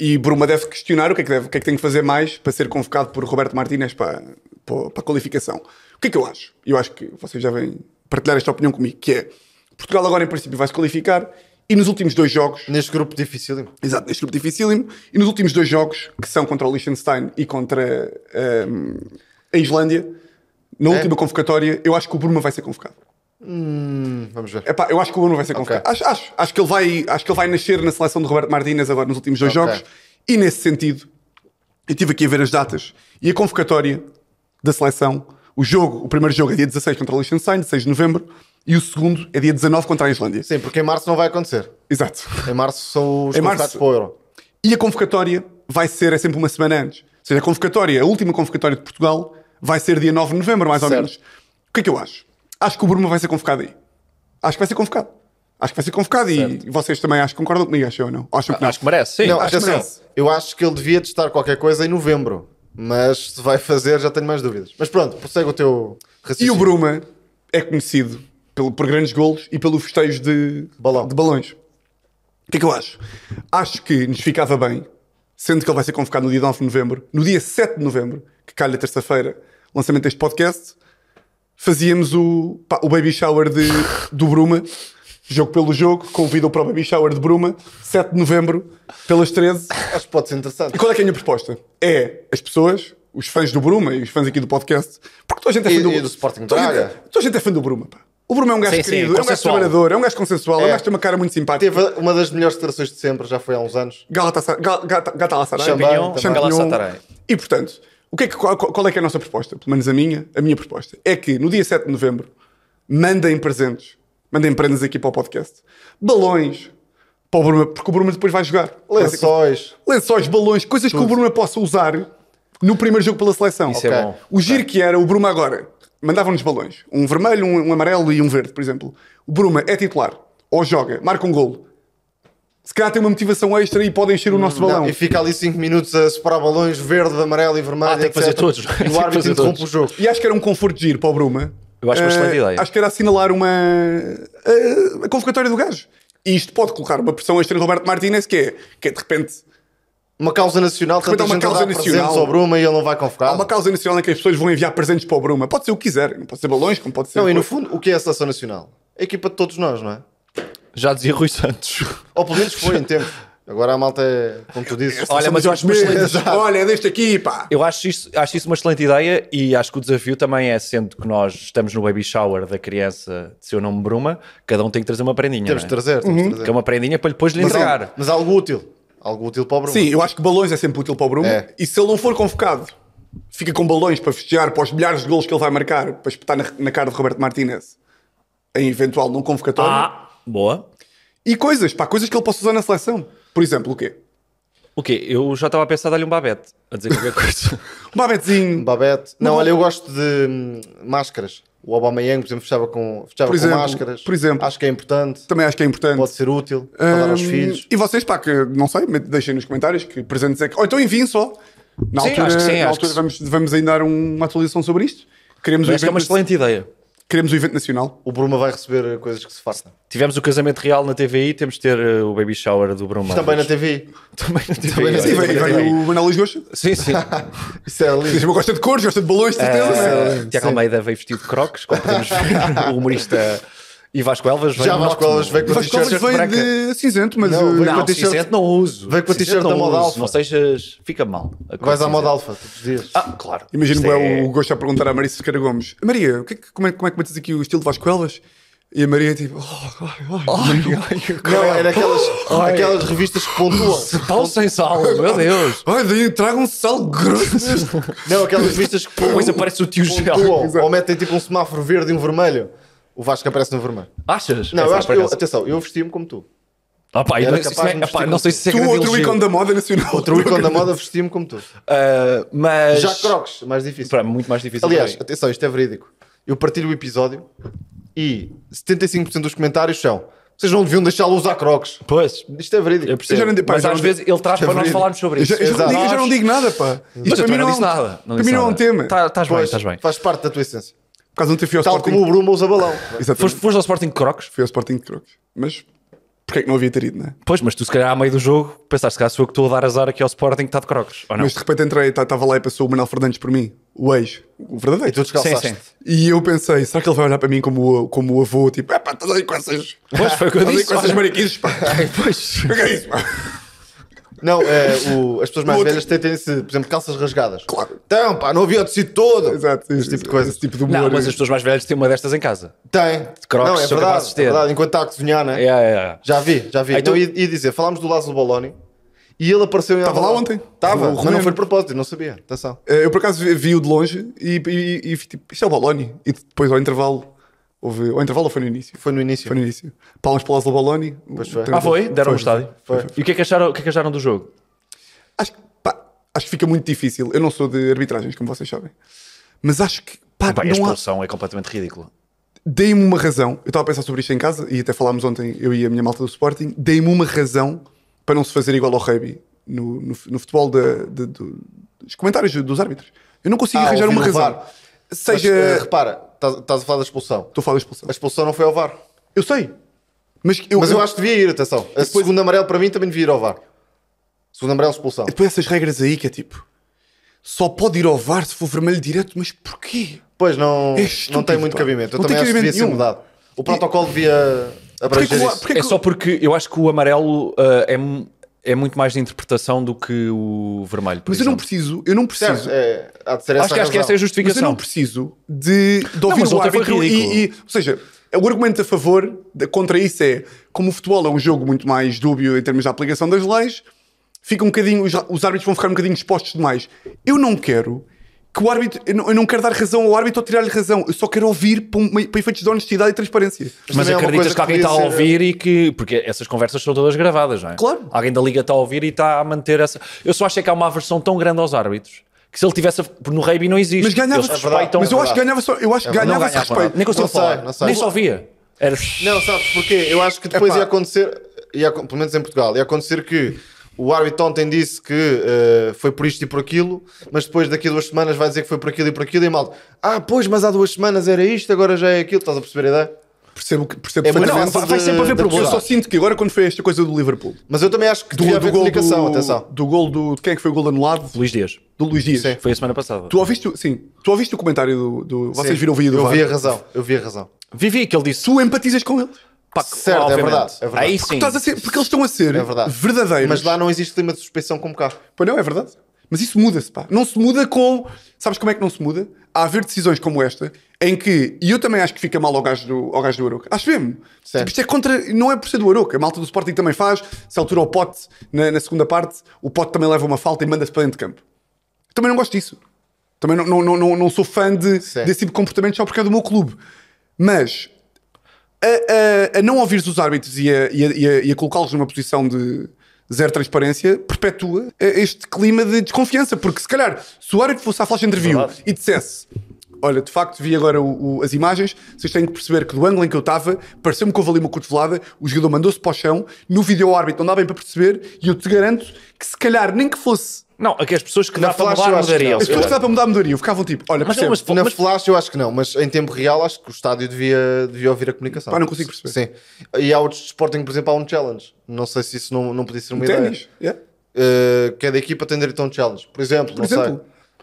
S3: E Bruma deve questionar o que, é que deve- o que é que tem que fazer mais para ser convocado por Roberto Martínez para, para, para a qualificação. O que é que eu acho? Eu acho que vocês já vêm partilhar esta opinião comigo, que é Portugal agora em princípio vai se qualificar e nos últimos dois jogos
S2: Neste grupo dificílimo.
S3: Exato, neste grupo dificílimo. E nos últimos dois jogos, que são contra o Liechtenstein e contra hum, a Islândia, na última convocatória, eu acho que o Bruma vai ser convocado.
S2: Hum, Vamos ver.
S3: Epá, eu acho que o Bruma vai ser convocado. Acho, acho, acho, que ele vai, acho que ele vai nascer na seleção de Roberto Martínez agora nos últimos dois
S2: Ok.
S3: jogos. E nesse sentido, eu estive aqui a ver as datas e a convocatória da seleção. O jogo, o primeiro jogo é dia 16 contra o Liechtenstein, 16 de novembro, e o segundo é dia 19 contra a Islândia.
S2: Sim, porque em março não vai acontecer.
S3: Exato.
S2: Em março são os
S3: Em
S2: convocados
S3: março-
S2: para o Euro.
S3: E a convocatória vai ser, é sempre uma semana antes. Ou seja, a convocatória, a última convocatória de Portugal, vai ser dia 9 de novembro, mais ou
S2: Certo.
S3: menos. O que é que eu acho? Acho que o Bruma vai ser convocado aí. Acho que vai ser convocado. Acho que vai ser convocado e vocês também acho que concordam comigo, acho eu não? Acham que não?
S1: Acho que merece, sim.
S2: não,
S3: acho que
S2: atenção.
S3: merece.
S2: eu acho que ele devia testar qualquer coisa em novembro. Mas se vai fazer, já tenho mais dúvidas. Mas pronto, prossegue o teu
S3: E
S2: raciocínio.
S3: o Bruma é conhecido pelo- por grandes golos e pelo festejo de,
S2: Balão.
S3: de balões. O que é que eu acho? Acho que nos ficava bem, sendo que ele vai ser convocado no dia 9 de novembro, no dia 7 de novembro, que calha terça-feira, lançamento deste podcast, fazíamos o, pá, o baby shower de, do Bruma, jogo pelo jogo, convido para o baby shower de Bruma, 7 de novembro, pelas 13.
S2: Acho que pode ser interessante.
S3: E qual é que é a minha proposta? É as pessoas, os fãs do Bruma e os fãs aqui do podcast, porque toda a gente é fã
S2: E-
S3: do,
S2: e do Sporting
S3: toda a gente-
S2: Braga.
S3: Toda a gente é fã do Bruma, pá. O Bruma é um gajo
S1: Sim, sim,
S3: querido, é um gajo
S1: consensual.
S3: trabalhador, é um gajo consensual, é um
S2: É.
S3: gajo que tem uma cara muito simpática.
S2: Teve uma das melhores declarações de sempre, já foi há uns anos.
S3: Galatasaray, Gal- Gata- Galatasaray,
S2: Champanhe,
S3: Champignon,
S2: também.
S3: Champignon.
S1: Galatasaray.
S3: E portanto, o que é que, qual, qual é que é a nossa proposta? Pelo menos a minha, a minha proposta é que no dia 7 de novembro mandem presentes, mandem prendas aqui para o podcast, balões para o Bruma, porque o Bruma depois vai jogar. Vai ser
S2: Lençóis.
S3: lençóis, balões, coisas que o Bruma possa usar no primeiro jogo pela seleção.
S1: Isso é
S2: Ok.
S1: bom.
S3: O giro que era o Bruma agora. Mandavam-nos balões. Um vermelho, um, um amarelo e um verde, por exemplo. O Bruma é titular. Ou joga, marca um golo. Se calhar tem uma motivação extra e pode encher o nosso balão.
S2: Não, e fica ali 5 minutos a separar balões verde, amarelo e vermelho.
S1: Ah, tem que fazer
S2: etc.
S1: todos.
S2: E
S3: é?
S1: Tem que
S2: o árbitro
S1: fazer
S2: interrompe
S1: todos.
S2: o jogo.
S3: E acho que era um conforto de giro para o Bruma.
S1: Eu acho uma
S3: Eh,
S1: excelente ideia.
S3: Acho que era assinalar uma eh, a convocatória do gajo. E isto pode colocar uma pressão extra no Roberto Martínez, que é, que é de repente
S2: Uma causa nacional, tanta
S3: há uma
S2: gente
S3: causa
S2: a dar
S3: nacional.
S2: presentes ao Bruma e ele não vai
S3: Há
S2: convocar.
S3: uma causa nacional em que as pessoas vão enviar presentes para o Bruma. Pode ser o que quiser, não pode ser balões, como pode ser.
S2: Não, e no fundo, o que é a seleção nacional? É a equipa de todos nós, não é?
S1: Já dizia Rui Santos.
S2: Ou pelo menos foi em tempo. Agora a malta é, como tu dizes,
S1: Olha, mas eu acho uma excelente
S3: Mesmo, Olha, é deste aqui, pá.
S1: Eu acho isso, acho isso uma excelente ideia e acho que o desafio também é, sendo que nós estamos no baby shower da criança de seu nome Bruma, cada um tem que trazer uma prendinha.
S2: temos de
S1: não é?
S2: trazer, temos
S3: Uhum.
S2: de trazer.
S1: Que é uma prendinha para depois lhe
S2: Mas,
S1: entregar.
S2: mas algo útil. Algo útil para o Bruno.
S3: Sim, eu acho que balões é sempre útil para o Bruma.
S2: É.
S3: E se ele não for convocado, fica com balões para festejar, para os milhares de golos que ele vai marcar, para espetar na, na cara de Roberto Martínez em eventual não convocatório.
S1: Ah, boa.
S3: E coisas, pá, coisas que ele possa usar na seleção. Por exemplo, o quê?
S1: O quê? Eu já estava a pensar dar-lhe um babete, a dizer qualquer coisa.
S3: Um babetezinho.
S2: Babette. Não, olha, eu gosto de hum, máscaras. O Obama por exemplo, fechava com, fechava
S3: Por
S2: com
S3: exemplo,
S2: máscaras.
S3: por exemplo.
S2: Acho que é importante.
S3: Também acho que é importante.
S2: Pode ser útil. Para dar aos
S3: Hum,
S2: filhos.
S3: E vocês, pá, que não sei, met- deixem nos comentários que presentes é que. Ou então enviem só. Na
S1: Sim,
S3: altura,
S1: acho que sim,
S3: na
S1: acho
S3: altura
S1: que
S3: vamos, vamos ainda dar um- uma atualização sobre isto. Queremos o,
S1: Mas acho que é
S3: evento,
S1: uma excelente ideia.
S3: queremos o evento nacional.
S2: O Bruma vai receber coisas que se fartam.
S1: Tivemos o casamento real na TVI, temos de ter eh, o baby shower do Bruma.
S2: Também na TV.
S1: Também na TVI.
S2: Também na
S1: olha,
S3: Sim,
S1: também
S2: TV.
S3: vem,
S1: na
S3: vem
S1: TVI.
S3: o Ana Luís Gosta.
S1: Sim, sim.
S2: Isso é lindo.
S3: Diz-me, gosta de cores, gosta de balões, de certeza. não é?
S1: Eh, Tiago Almeida veio vestido de crocs, como podemos ver. O humorista e Vasco Elvas veio
S2: Já
S1: de
S2: Vasco
S1: Moto.
S2: Elvas veio com
S3: Vasco Alves
S1: t-shirt
S3: veio
S1: branca.
S3: de cinzento, mas.
S2: Não,
S3: uh, não.
S2: veio
S1: Não,
S2: com t-shirt-
S1: cinzento não uso.
S2: Veio com a t-shirt
S1: Cinzento
S2: da
S1: não
S2: Moda
S1: uso.
S2: Alfa.
S1: Não sejas... Fica mal. A cor
S2: Vais à
S1: cinzenta.
S2: moda alfa todos os dias.
S1: Ah, claro.
S3: Imagino
S1: Isto
S3: é...
S1: é-
S3: o Gosta a perguntar à Maria Sequeira Gomes: Maria, o que é que- como, é, como é que metes aqui o estilo de Vasco Elvas? E a Maria, tipo, oh, ai, ai,
S2: Não, era aquelas, aquelas revistas que pontuam.
S1: Pão sem sal, meu Deus.
S3: ai, daí traga um sal grosso. deste."
S2: Não, aquelas revistas que
S1: Pois aparece o tio Gel.
S2: pontuam. Ou metem tipo um semáforo verde e um vermelho. O Vasco aparece no vermelho.
S1: Achas?
S2: Não,
S1: Essa é
S2: eu acho que eu-
S1: aparece.
S2: atenção, eu vestia-me como tu.
S1: Ah, pá,
S2: Era
S1: não, sei se
S2: capaz
S1: é-
S2: de me
S1: pá, não sei se é
S3: Tu,
S1: grande
S3: outro
S1: elogio.
S3: ícone da moda nacional.
S2: Outro ícone da moda vestia-me como tu.
S1: Ah, mas.
S2: Já Crocs, mais difícil.
S1: Pá, é muito mais difícil.
S2: Aliás,
S1: também.
S2: atenção, isto é verídico. Eu partilho o episódio e 75% dos comentários são vocês não deviam deixá-lo usar crocs.
S1: pois.
S2: Isto é verídico.
S1: Eu percebo.
S3: já não digo- pá,
S1: mas
S3: já
S1: às
S3: não
S1: vezes ele traz para nós falarmos sobre
S3: Eu
S1: isso.
S3: já, eu já não
S2: Exato.
S3: digo, eu já não digo nada, pá. Isto
S1: Mas eu
S3: para mim
S1: também não
S3: é
S1: disse
S3: um-
S1: nada.
S3: para
S1: disse
S3: mim não é um
S1: nada.
S3: tema.
S1: Tá- Estás bem,
S2: Pois,
S1: estás bem.
S2: Faz parte da tua essência.
S3: Por causa de um teve ao
S2: Tal
S3: Sporting.
S2: como o Bruma usa balão.
S1: Foste,
S3: Exatamente.
S1: foste ao Sporting de Crocs?
S3: Fui ao Sporting de Crocs. Mas porquê é que não havia ter ido, não é?
S1: Pois, mas tu se calhar a meio do jogo pensaste que sou eu que estou a dar azar aqui ao Sporting que está de Crocs, ou não?
S3: Mas de repente entrei, estava lá e passou o Manuel Fernandes por mim, o ex, o verdadeiro.
S2: E tu descalçaste.
S1: Sim, sim.
S3: E eu pensei, será que ele vai olhar para mim como, o- como o avô? Tipo, é pá, estás aí com essas.
S1: Pois, foi o que eu
S3: estás aí
S1: disse,
S3: com essas
S1: olha.
S3: mariquices, pá.
S1: Pois.
S3: O que é isso, pá?
S2: Não, é, o- as pessoas mais
S3: Outro.
S2: velhas têm, têm esse, por exemplo, calças rasgadas.
S3: Claro.
S2: Então, pá, não havia o tecido todo.
S3: Exato,
S2: Esse tipo de coisa.
S3: Esse tipo de humor.
S1: Não, mas as pessoas mais velhas têm uma destas em casa.
S2: Tem.
S1: Crocs
S2: não, é
S1: são
S2: verdade,
S1: capazes de ter.
S2: é verdade. Enquanto está a cozinhar, né?
S1: É, é, é.
S2: Já vi, já vi.
S1: Aí
S2: Então
S1: tu-
S2: ia, ia dizer, falámos do Lázaro Baloni e ele apareceu em
S3: Estava lá
S2: Alvalade.
S3: ontem.
S2: Estava,
S3: O
S2: mas não
S3: Romero.
S2: foi de propósito, não sabia. Atenção.
S3: Eh, Eu por acaso vi- vi-o de longe e, e, e fui tipo, isto é o Baloni. E depois ao intervalo, houve. Ao intervalo ou foi no início?
S2: Foi no início.
S3: Foi no início. Palmas para o Lázaro Baloni.
S2: Pois foi.
S1: Ah, foi? Deram-me o estádio.
S2: foi, foi.
S1: E o que, é que acharam, o que é que acharam do jogo?
S3: Acho que, pá, acho que fica muito difícil. Eu não sou de arbitragens, como vocês sabem. Mas acho que, pá,
S1: Pá, a
S3: Ah, não há...
S1: expulsão é completamente ridícula.
S3: deem-me uma razão. Eu estava a pensar sobre isto em casa e até falámos ontem, eu e a minha malta do Sporting. Deem-me uma razão para não se fazer igual ao rugby no, no, no futebol da- de- do- dos comentários dos árbitros. Eu não consigo
S2: Ah,
S3: arranjar
S2: ouvi
S3: uma
S2: no
S3: razão.
S2: VAR. Mas, eh,
S3: Seja.
S2: repara, estás- estás a falar da expulsão.
S3: Estou a falar da expulsão.
S2: A expulsão não foi ao VAR.
S3: Eu sei. Mas eu,
S2: Mas eu acho que devia ir, atenção. A segunda amarelo para mim também devia ir ao VAR. Segundo amarelo, expulsão.
S3: Depois essas regras aí que é tipo. Só pode ir ao VAR se for vermelho direto, mas porquê?
S2: Pois não,
S3: É estúpido,
S2: não tem muito
S3: pá.
S2: cabimento. Eu
S3: Não
S2: também
S3: tem
S2: acho que devia
S3: cabimento
S2: ser
S3: nenhum.
S2: mudado. O protocolo devia
S3: Porquê
S2: abranger
S3: que o-
S2: isso.
S3: porquê que
S1: é
S3: o-
S1: só porque eu acho que o amarelo uh, é, mu- é muito mais de interpretação do que o vermelho. por
S3: Mas eu não
S1: exemplo.
S3: preciso, eu não
S2: Certo,
S3: preciso.
S2: é, há de ser essa
S1: Acho que, acho que essa é a
S2: razão.
S3: Mas eu
S1: justificação.
S3: não preciso de, de ouvir
S1: mas
S3: o
S1: ontem foi
S3: árbitro
S1: ridículo.
S3: e, e- Ou seja, o argumento a favor de- contra isso é como o futebol é um jogo muito mais dúbio em termos da aplicação das leis, fica um bocadinho, os, os árbitros vão ficar um bocadinho expostos demais. Eu não quero que o árbitro, eu não, eu não quero dar razão ao árbitro ou tirar-lhe razão, eu só quero ouvir para, um- para efeitos de honestidade e transparência.
S1: Mas
S2: Também é uma
S1: acreditas
S2: coisa
S1: que alguém
S2: que
S3: tá
S1: está a
S2: devia ser-
S1: ouvir e que. Porque essas conversas são todas gravadas, não é?
S3: Claro.
S1: Alguém da Liga está a ouvir e está a manter essa. Eu só acho é que há uma aversão tão grande aos árbitros que se ele tivesse. a- No rugby não existe.
S3: Mas ganhava
S1: Eles
S3: se
S2: verdade,
S1: respeitam.
S3: mas eu
S2: é
S3: acho que ganhava
S2: verdade.
S3: só, eu acho que
S2: É verdade.
S1: não
S3: ganhava-se
S1: ganhava nada.
S3: respeito.
S1: Nem conseguiam
S2: Não sei,
S1: falar.
S2: não sei.
S1: Nem só via. Era.
S2: Não, sabes porquê? Eu acho que depois
S3: Epá.
S2: ia acontecer, ia, acon- pelo menos em Portugal, ia acontecer que o árbitro ontem disse que eh, foi por isto e por aquilo, mas depois daqui a duas semanas vai dizer que foi por aquilo e por aquilo e mal. Ah, pois, mas há duas semanas era isto, agora já é aquilo. Estás a perceber a ideia?
S3: Percebo, que- percebo
S2: É muito
S3: perfeitamente.
S2: fácil Vai de- sempre haver de problemas.
S3: Eu só sinto que agora quando foi esta coisa do Liverpool,
S2: Mas eu também acho que
S3: do,
S2: devia
S3: do
S2: haver
S3: gol
S2: comunicação,
S3: do,
S2: atenção.
S3: do gol do de quem é que foi o gol anulado
S1: Luís Dias.
S3: do Luís Dias.
S2: Sim.
S1: Foi a semana passada.
S3: Tu ouviste, o- sim, tu ouviste o comentário do, do- vocês
S2: Sim,
S3: viram o vídeo do
S2: Eu
S3: VAR?
S2: vi a razão, eu vi a razão.
S1: Vivi que ele disse.
S3: Tu empatizas com eles.
S1: Pá,
S2: Certo, é
S1: obviamente.
S2: verdade, é verdade.
S1: Aí
S3: Porque,
S1: sim.
S3: estás a ser- porque eles estão a ser
S2: É verdade.
S3: verdadeiros.
S2: Mas lá não existe clima de suspeição como cá.
S3: Pois não, é verdade. Mas isso muda-se, pá. Não se muda com. Sabes como é que não se muda? Há haver decisões como esta em que. E eu também acho que fica mal ao gajo do, ao gajo do Aroca. Acho mesmo.
S2: Certo.
S3: Tipo, isto é contra. Não é por ser do Aroca. A malta do Sporting também faz. Se altura o pote na, na segunda parte, o pote também leva uma falta e manda-se para dentro de campo. Também não gosto disso. Também não, não, não, não, não sou fã de,
S2: Certo.
S3: desse tipo de comportamento só porque é do meu clube. Mas a, a- a não ouvires os árbitros e a, e a- e a- e a colocá-los numa posição de zero transparência perpetua eh, este clima de desconfiança. Porque se calhar, se o árbitro fosse à flash interview
S1: Verdade.
S3: e dissesse. Olha, de facto, vi agora o- o- as imagens. Vocês têm que perceber que do ângulo em que eu estava, pareceu-me que houve ali uma cotovelada. O jogador mandou-se para o chão. No vídeo, o árbitro não dá bem para perceber. E eu te garanto que, se calhar, nem que fosse.
S1: Não, é que as pessoas que
S2: Na
S1: dá para
S2: flash
S1: mudar
S2: eu acho que
S1: mudariam.
S2: não.
S3: As pessoas que dá para mudar mudariam. Ficavam tipo, olha,
S1: Mas, é
S3: percebe.
S1: mas,
S2: Na
S1: mas,
S2: flash eu acho que não, mas em tempo real acho que o estádio devia, devia ouvir a comunicação.
S3: Pá, não consigo perceber.
S2: Sim. E há outros de Sporting, por exemplo, há um challenge. Não sei se isso não, não podia ser uma
S3: Ténis.
S2: ideia.
S3: Yeah.
S2: Uh, cada equipa tem direito a um challenge. Por exemplo, não
S3: exemplo.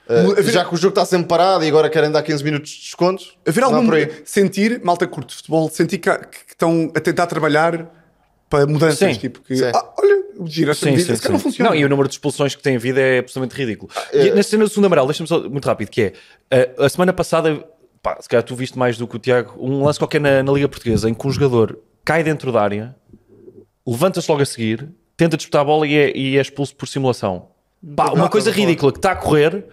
S2: sei. Uh,
S3: Haver-
S2: Já que o jogo está sempre parado e agora querem dar 15 minutos de descontos.
S3: Haver
S2: não há
S3: algum
S2: por aí.
S3: sentir, malta curto de futebol, sentir que, há- que estão a tentar trabalhar para mudanças,
S1: Sim.
S3: tipo que
S2: Sim.
S3: ah, olha, gira esta
S1: sim,
S3: medida,
S1: sim,
S3: esse cara não
S1: sim.
S3: funciona.
S1: Não, e o número de expulsões que tem havido é absolutamente ridículo. E na cena do segundo amarelo, deixa-me só muito rápido, que é a, a semana passada, pá, se calhar tu viste mais do que o Tiago, um lance qualquer na, na Liga Portuguesa em que um jogador cai dentro da área, levanta-se logo a seguir, tenta disputar a bola e é, e é expulso por simulação. Pá, uma coisa ridícula que está a correr,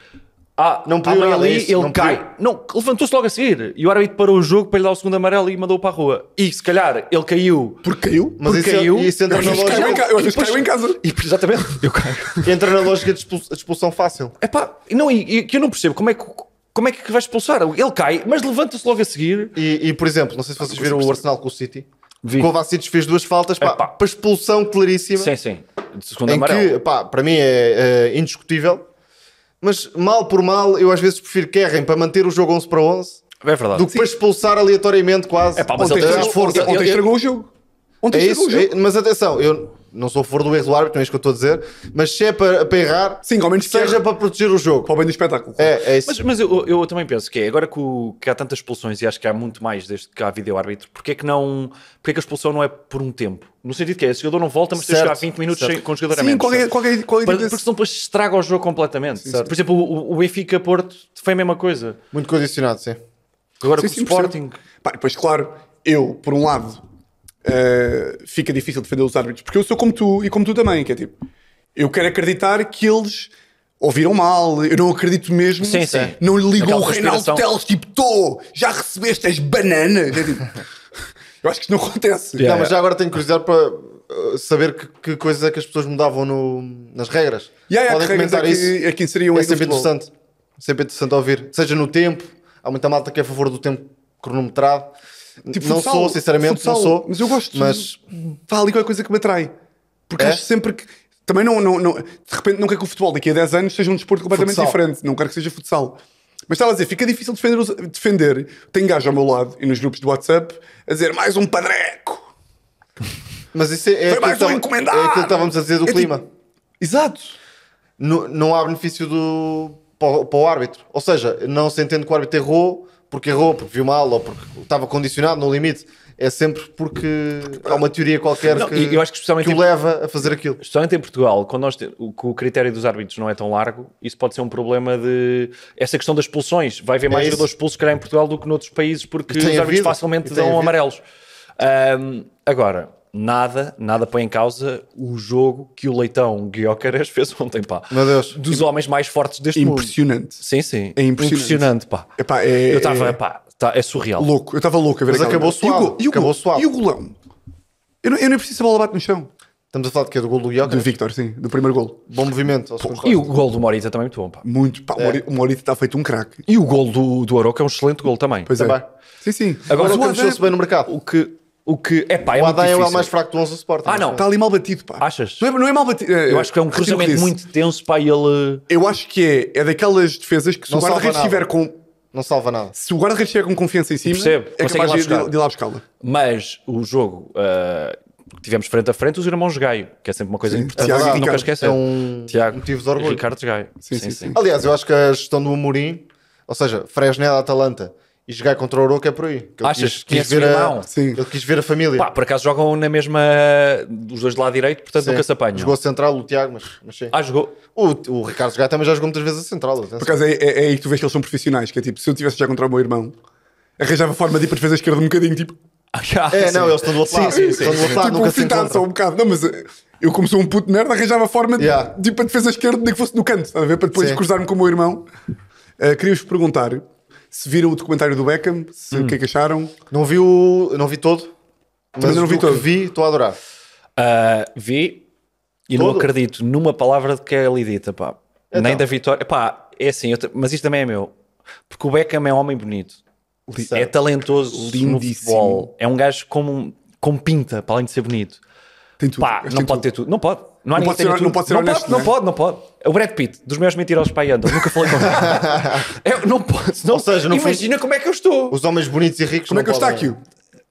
S1: Ah,
S2: Não
S1: não
S2: pediu nada
S1: ali,
S2: disso,
S1: ele
S2: não
S1: cai.
S2: pediu.
S1: Não, levantou-se logo a seguir. E o árbitro parou o jogo para lhe dar o segundo amarelo e mandou para a rua. E se calhar ele caiu.
S3: Porque caiu?
S2: Mas
S1: Porque
S2: isso, é-
S1: eu-
S2: isso entra,
S3: Eu às
S2: na
S3: vezes caio em
S2: lógica,
S3: ca- eu às vezes
S1: Depois-
S3: caio em casa.
S1: E, exatamente, eu caio.
S2: entra na lógica de expuls- de expulsão fácil.
S1: Epá, não, e, e que eu não percebo como é que, como é que vai expulsar. Ele cai, mas levanta-se logo a seguir.
S2: E, e, por exemplo, não sei se
S3: Ah,
S2: vocês viram o Arsenal com o City.
S1: Vi.
S2: Kovacic fez duas faltas pá,
S1: Epá.
S2: para expulsão claríssima.
S1: Sim, sim. De segundo
S2: em
S1: amarelo.
S2: que, pá, para mim é, é indiscutível. Mas mal por mal, eu às vezes prefiro que errem para manter o jogo 11 para 11
S1: É verdade.
S2: do que para expulsar aleatoriamente quase.
S1: É pá, mas
S3: Ontem
S1: ele
S2: tem-
S3: estragou- ontem-
S2: força.
S3: ontem
S1: Eu- eu-
S3: estragou o jogo. Ontem
S2: É
S3: estragou
S2: isso,
S3: o jogo.
S2: é- mas atenção, eu não sou a favor do erro do árbitro, não é isso que eu estou a dizer, mas se é para, para errar,
S3: Sim, ao menos que
S2: seja
S3: erra.
S2: para proteger o jogo.
S3: Para o bem do espetáculo.
S2: É, é isso.
S1: Mas, mas eu, eu também penso que é, agora que, o- que há tantas expulsões e acho que há muito mais desde que há vídeo-árbitro, porque é que não, porque é que a expulsão não é por um tempo? No sentido que é, se o jogador não volta, mas tens de
S2: Certo,
S1: jogar 20 minutos
S2: certo.
S1: sem, com o jogador a
S3: Sim,
S1: menos,
S3: qualquer,
S1: certo?
S3: qualquer, qualquer
S1: Para-
S3: tipo
S1: Porque
S3: desse-
S1: senão depois estraga o jogo completamente.
S2: certo.
S1: Por exemplo, o, o Benfica-Porto foi a mesma coisa.
S2: Muito condicionado, sim.
S1: Agora
S3: Sim,
S1: com
S3: sim,
S1: o Sporting...
S3: percebo. Pá, depois, claro, eu, por um lado, eh, fica difícil defender os árbitros, porque eu sou como tu e como tu também, que é tipo, eu quero acreditar que eles ouviram mal, eu não acredito mesmo.
S1: Sim, sim.
S3: Não lhe ligou
S1: Aquela
S3: o Reinaldo
S1: conspiração.
S3: Teles, tipo, tô, já recebeste as bananas. É tipo, eu acho que isso não acontece.
S1: Yeah.
S2: Não, mas já agora tenho curiosidade para uh, saber que, que coisas é que as pessoas mudavam no, nas regras.
S3: Yeah, yeah,
S2: Podem
S3: que regras
S2: comentar
S3: é que,
S2: isso.
S3: É que inseriam
S2: É
S3: isso no
S2: sempre
S3: futebol?
S2: interessante. Sempre interessante ouvir. Seja no tempo, há muita malta que é a favor do tempo cronometrado.
S3: Tipo,
S2: não
S3: futsal,
S2: sou, sinceramente,
S3: futsal,
S2: não sou.
S3: Mas eu gosto.
S2: Mas
S3: Pá, ali qualquer coisa que me atrai. Porque
S2: É?
S3: acho sempre que. Também não, não, não- De repente, não quero que o futebol daqui a 10 anos seja um desporto completamente
S2: Futsal.
S3: diferente. Não quero que seja futsal. Mas estava a dizer, fica difícil defender. os- defender. Tem gajo ao meu lado e nos grupos de WhatsApp a dizer mais um padreco.
S2: Mas isso é, é,
S3: Foi
S2: aquilo,
S3: mais
S2: que
S3: um
S2: tava-
S3: encomendar.
S2: é aquilo que estávamos a dizer do
S3: É tipo-
S2: clima.
S3: Exato.
S2: No- não há benefício do, para, o- para o árbitro. Ou seja, não se entende que o árbitro errou porque errou, porque viu mal ou porque estava condicionado no limite. É sempre porque há uma teoria qualquer
S1: Não,
S2: que,
S1: e eu acho que especialmente-
S2: o leva a fazer aquilo.
S1: Especialmente em Portugal, quando nós te- o, que o critério dos árbitros não é tão largo, isso pode ser um problema de. Essa questão das expulsões. Vai haver mais
S2: É isso.
S1: jogadores expulsos, se calhar, em Portugal do que noutros países, porque
S2: E
S1: os
S2: tem
S1: árbitros
S2: havido. E
S1: facilmente
S2: tem
S1: dão
S2: havido.
S1: amarelos. Ahm, agora, nada, nada põe em causa o jogo que o Leitão Guiocares fez ontem, pá.
S2: Meu Deus.
S1: Dos homens mais fortes deste mundo.
S3: Impressionante.
S1: Sim, sim.
S3: É impressionante.
S1: pá.
S3: Epá, é-
S1: Eu estava,
S3: é-
S1: pá, tá- é surreal.
S3: Louco. Eu estava louco a ver
S2: Mas
S3: aquela
S2: acabou
S3: merda. E o
S2: suave,
S3: gol- E o,
S2: acabou
S3: gol-
S2: suave.
S3: E o golão? Eu, não- eu nem preciso se a bola bate no chão.
S2: Estamos a falar de quê? Do gol do
S3: Do
S2: Joker?
S3: Victor, sim. Do primeiro golo.
S2: Bom movimento. ao segundo
S1: E o
S2: corte.
S1: gol do Morita também é muito bom, pá.
S3: Muito. Pá, o
S1: É.
S3: Mori- o Morita está feito um craque.
S1: E o gol do, do Aroca é um excelente gol também.
S3: Pois
S2: Também.
S3: é. Sim, sim.
S1: Agora,
S3: Mas
S2: Agora
S1: o
S2: que mexeu-se bem no mercado.
S1: O que. O que. Epá, é
S2: O
S1: muito
S2: Adam é o
S1: difícil.
S2: mais fraco do 11 do Sporting.
S1: Ah, não.
S3: Está ali mal batido, pá.
S1: Achas?
S3: Não é, não é mal batido. é,
S1: Eu acho que é um
S3: retiro o
S1: cruzamento
S3: disse.
S1: muito tenso para ele.
S3: Eu acho que é, é daquelas defesas que se
S2: Não
S3: o guarda-redes
S2: salva nada.
S3: estiver com.
S2: Não salva nada.
S3: Se o guarda-redes estiver com confiança em cima,
S1: Percebo,
S3: é
S1: consegue ir
S3: capaz
S1: lá
S3: de, de,
S1: buscar.
S3: de ir lá buscá-la.
S1: Mas o jogo ah, que tivemos frente a frente, os irmãos Gaio, que é sempre uma coisa importante.
S3: Tiago
S1: que
S3: e
S1: nunca
S3: Ricardo.
S1: esquecer.
S2: É um
S1: Tiago,
S2: motivo de orgulho.
S1: e Ricardo Gaio.
S3: Sim, sim, sim.
S2: Aliás, eu acho que a gestão do Amorim, ou seja, Fresnel, Atalanta e jogar contra o Oroca é por aí. Que ele
S1: Achas
S2: quis,
S1: que
S2: quis
S1: esse
S2: ver a,
S1: irmão?
S3: Sim.
S2: Ele quis ver a família.
S1: Pá, por acaso jogam na mesma. Os dois do lado direito, portanto
S2: Sim.
S1: nunca se apanham.
S2: Jogou a central o Tiago, mas, mas sim.
S1: Ah, jogou.
S2: O, o Ricardo Jogar também já jogou muitas vezes a central. atenção.
S3: Por acaso é, é, é aí que tu vês que eles são profissionais. Que é tipo, se eu tivesse já contra o meu irmão, arranjava forma de ir para a defesa esquerda um bocadinho, tipo.
S1: Ah, já,
S2: É,
S1: sim.
S2: não, eles estão do outro lado.
S1: Sim, sim,
S2: Estão do
S1: sim.
S2: outro lado,
S3: tipo,
S2: Tá nunca se
S3: confitado só
S2: encontram.
S3: um bocado. Não, mas eh, eu, como sou um puto nerd, arranjava forma de,
S2: Yeah.
S3: de ir para a defesa esquerda, nem que fosse no canto, estás a ver? Para depois
S2: Sim.
S3: cruzar-me com o meu irmão. Eh, Queria-vos perguntar se viram o documentário do Beckham,
S2: Hum.
S3: se, o que é que acharam.
S2: Não vi, o, não vi todo, mas
S3: não
S2: não
S3: vi
S2: vi
S3: todo.
S2: que vi, estou a adorar.
S1: Ah, vi e não
S2: Todo?
S1: acredito numa palavra de que é ali dita, pá. Nem
S3: Então.
S1: da vitória. Pá, é assim, eu te- mas isto também é meu. Porque o Beckham é um homem bonito.
S2: Certo.
S1: É talentoso no
S3: Lindíssimo.
S1: futebol. É um gajo com, com pinta, para além de ser bonito.
S3: Tem tudo.
S1: Pá,
S3: Acho é que
S1: não
S3: tem
S1: pode
S3: tudo.
S1: ter tudo. Não pode. Não, há
S3: Não
S1: ninguém
S3: pode
S1: que tenha
S3: ser-
S1: tudo.
S3: não pode ser
S1: não
S3: honesto,
S1: pode, não
S3: né?
S1: pode, não pode. É O Brad Pitt, dos meus mentirosos pai andam, nunca falei com ele. Eu não posso. Não,
S2: Ou seja, no fundo-
S1: imagina como é que eu estou.
S2: Os homens bonitos e ricos
S3: Como é
S2: não
S3: que eu está
S2: podem,
S3: aqui?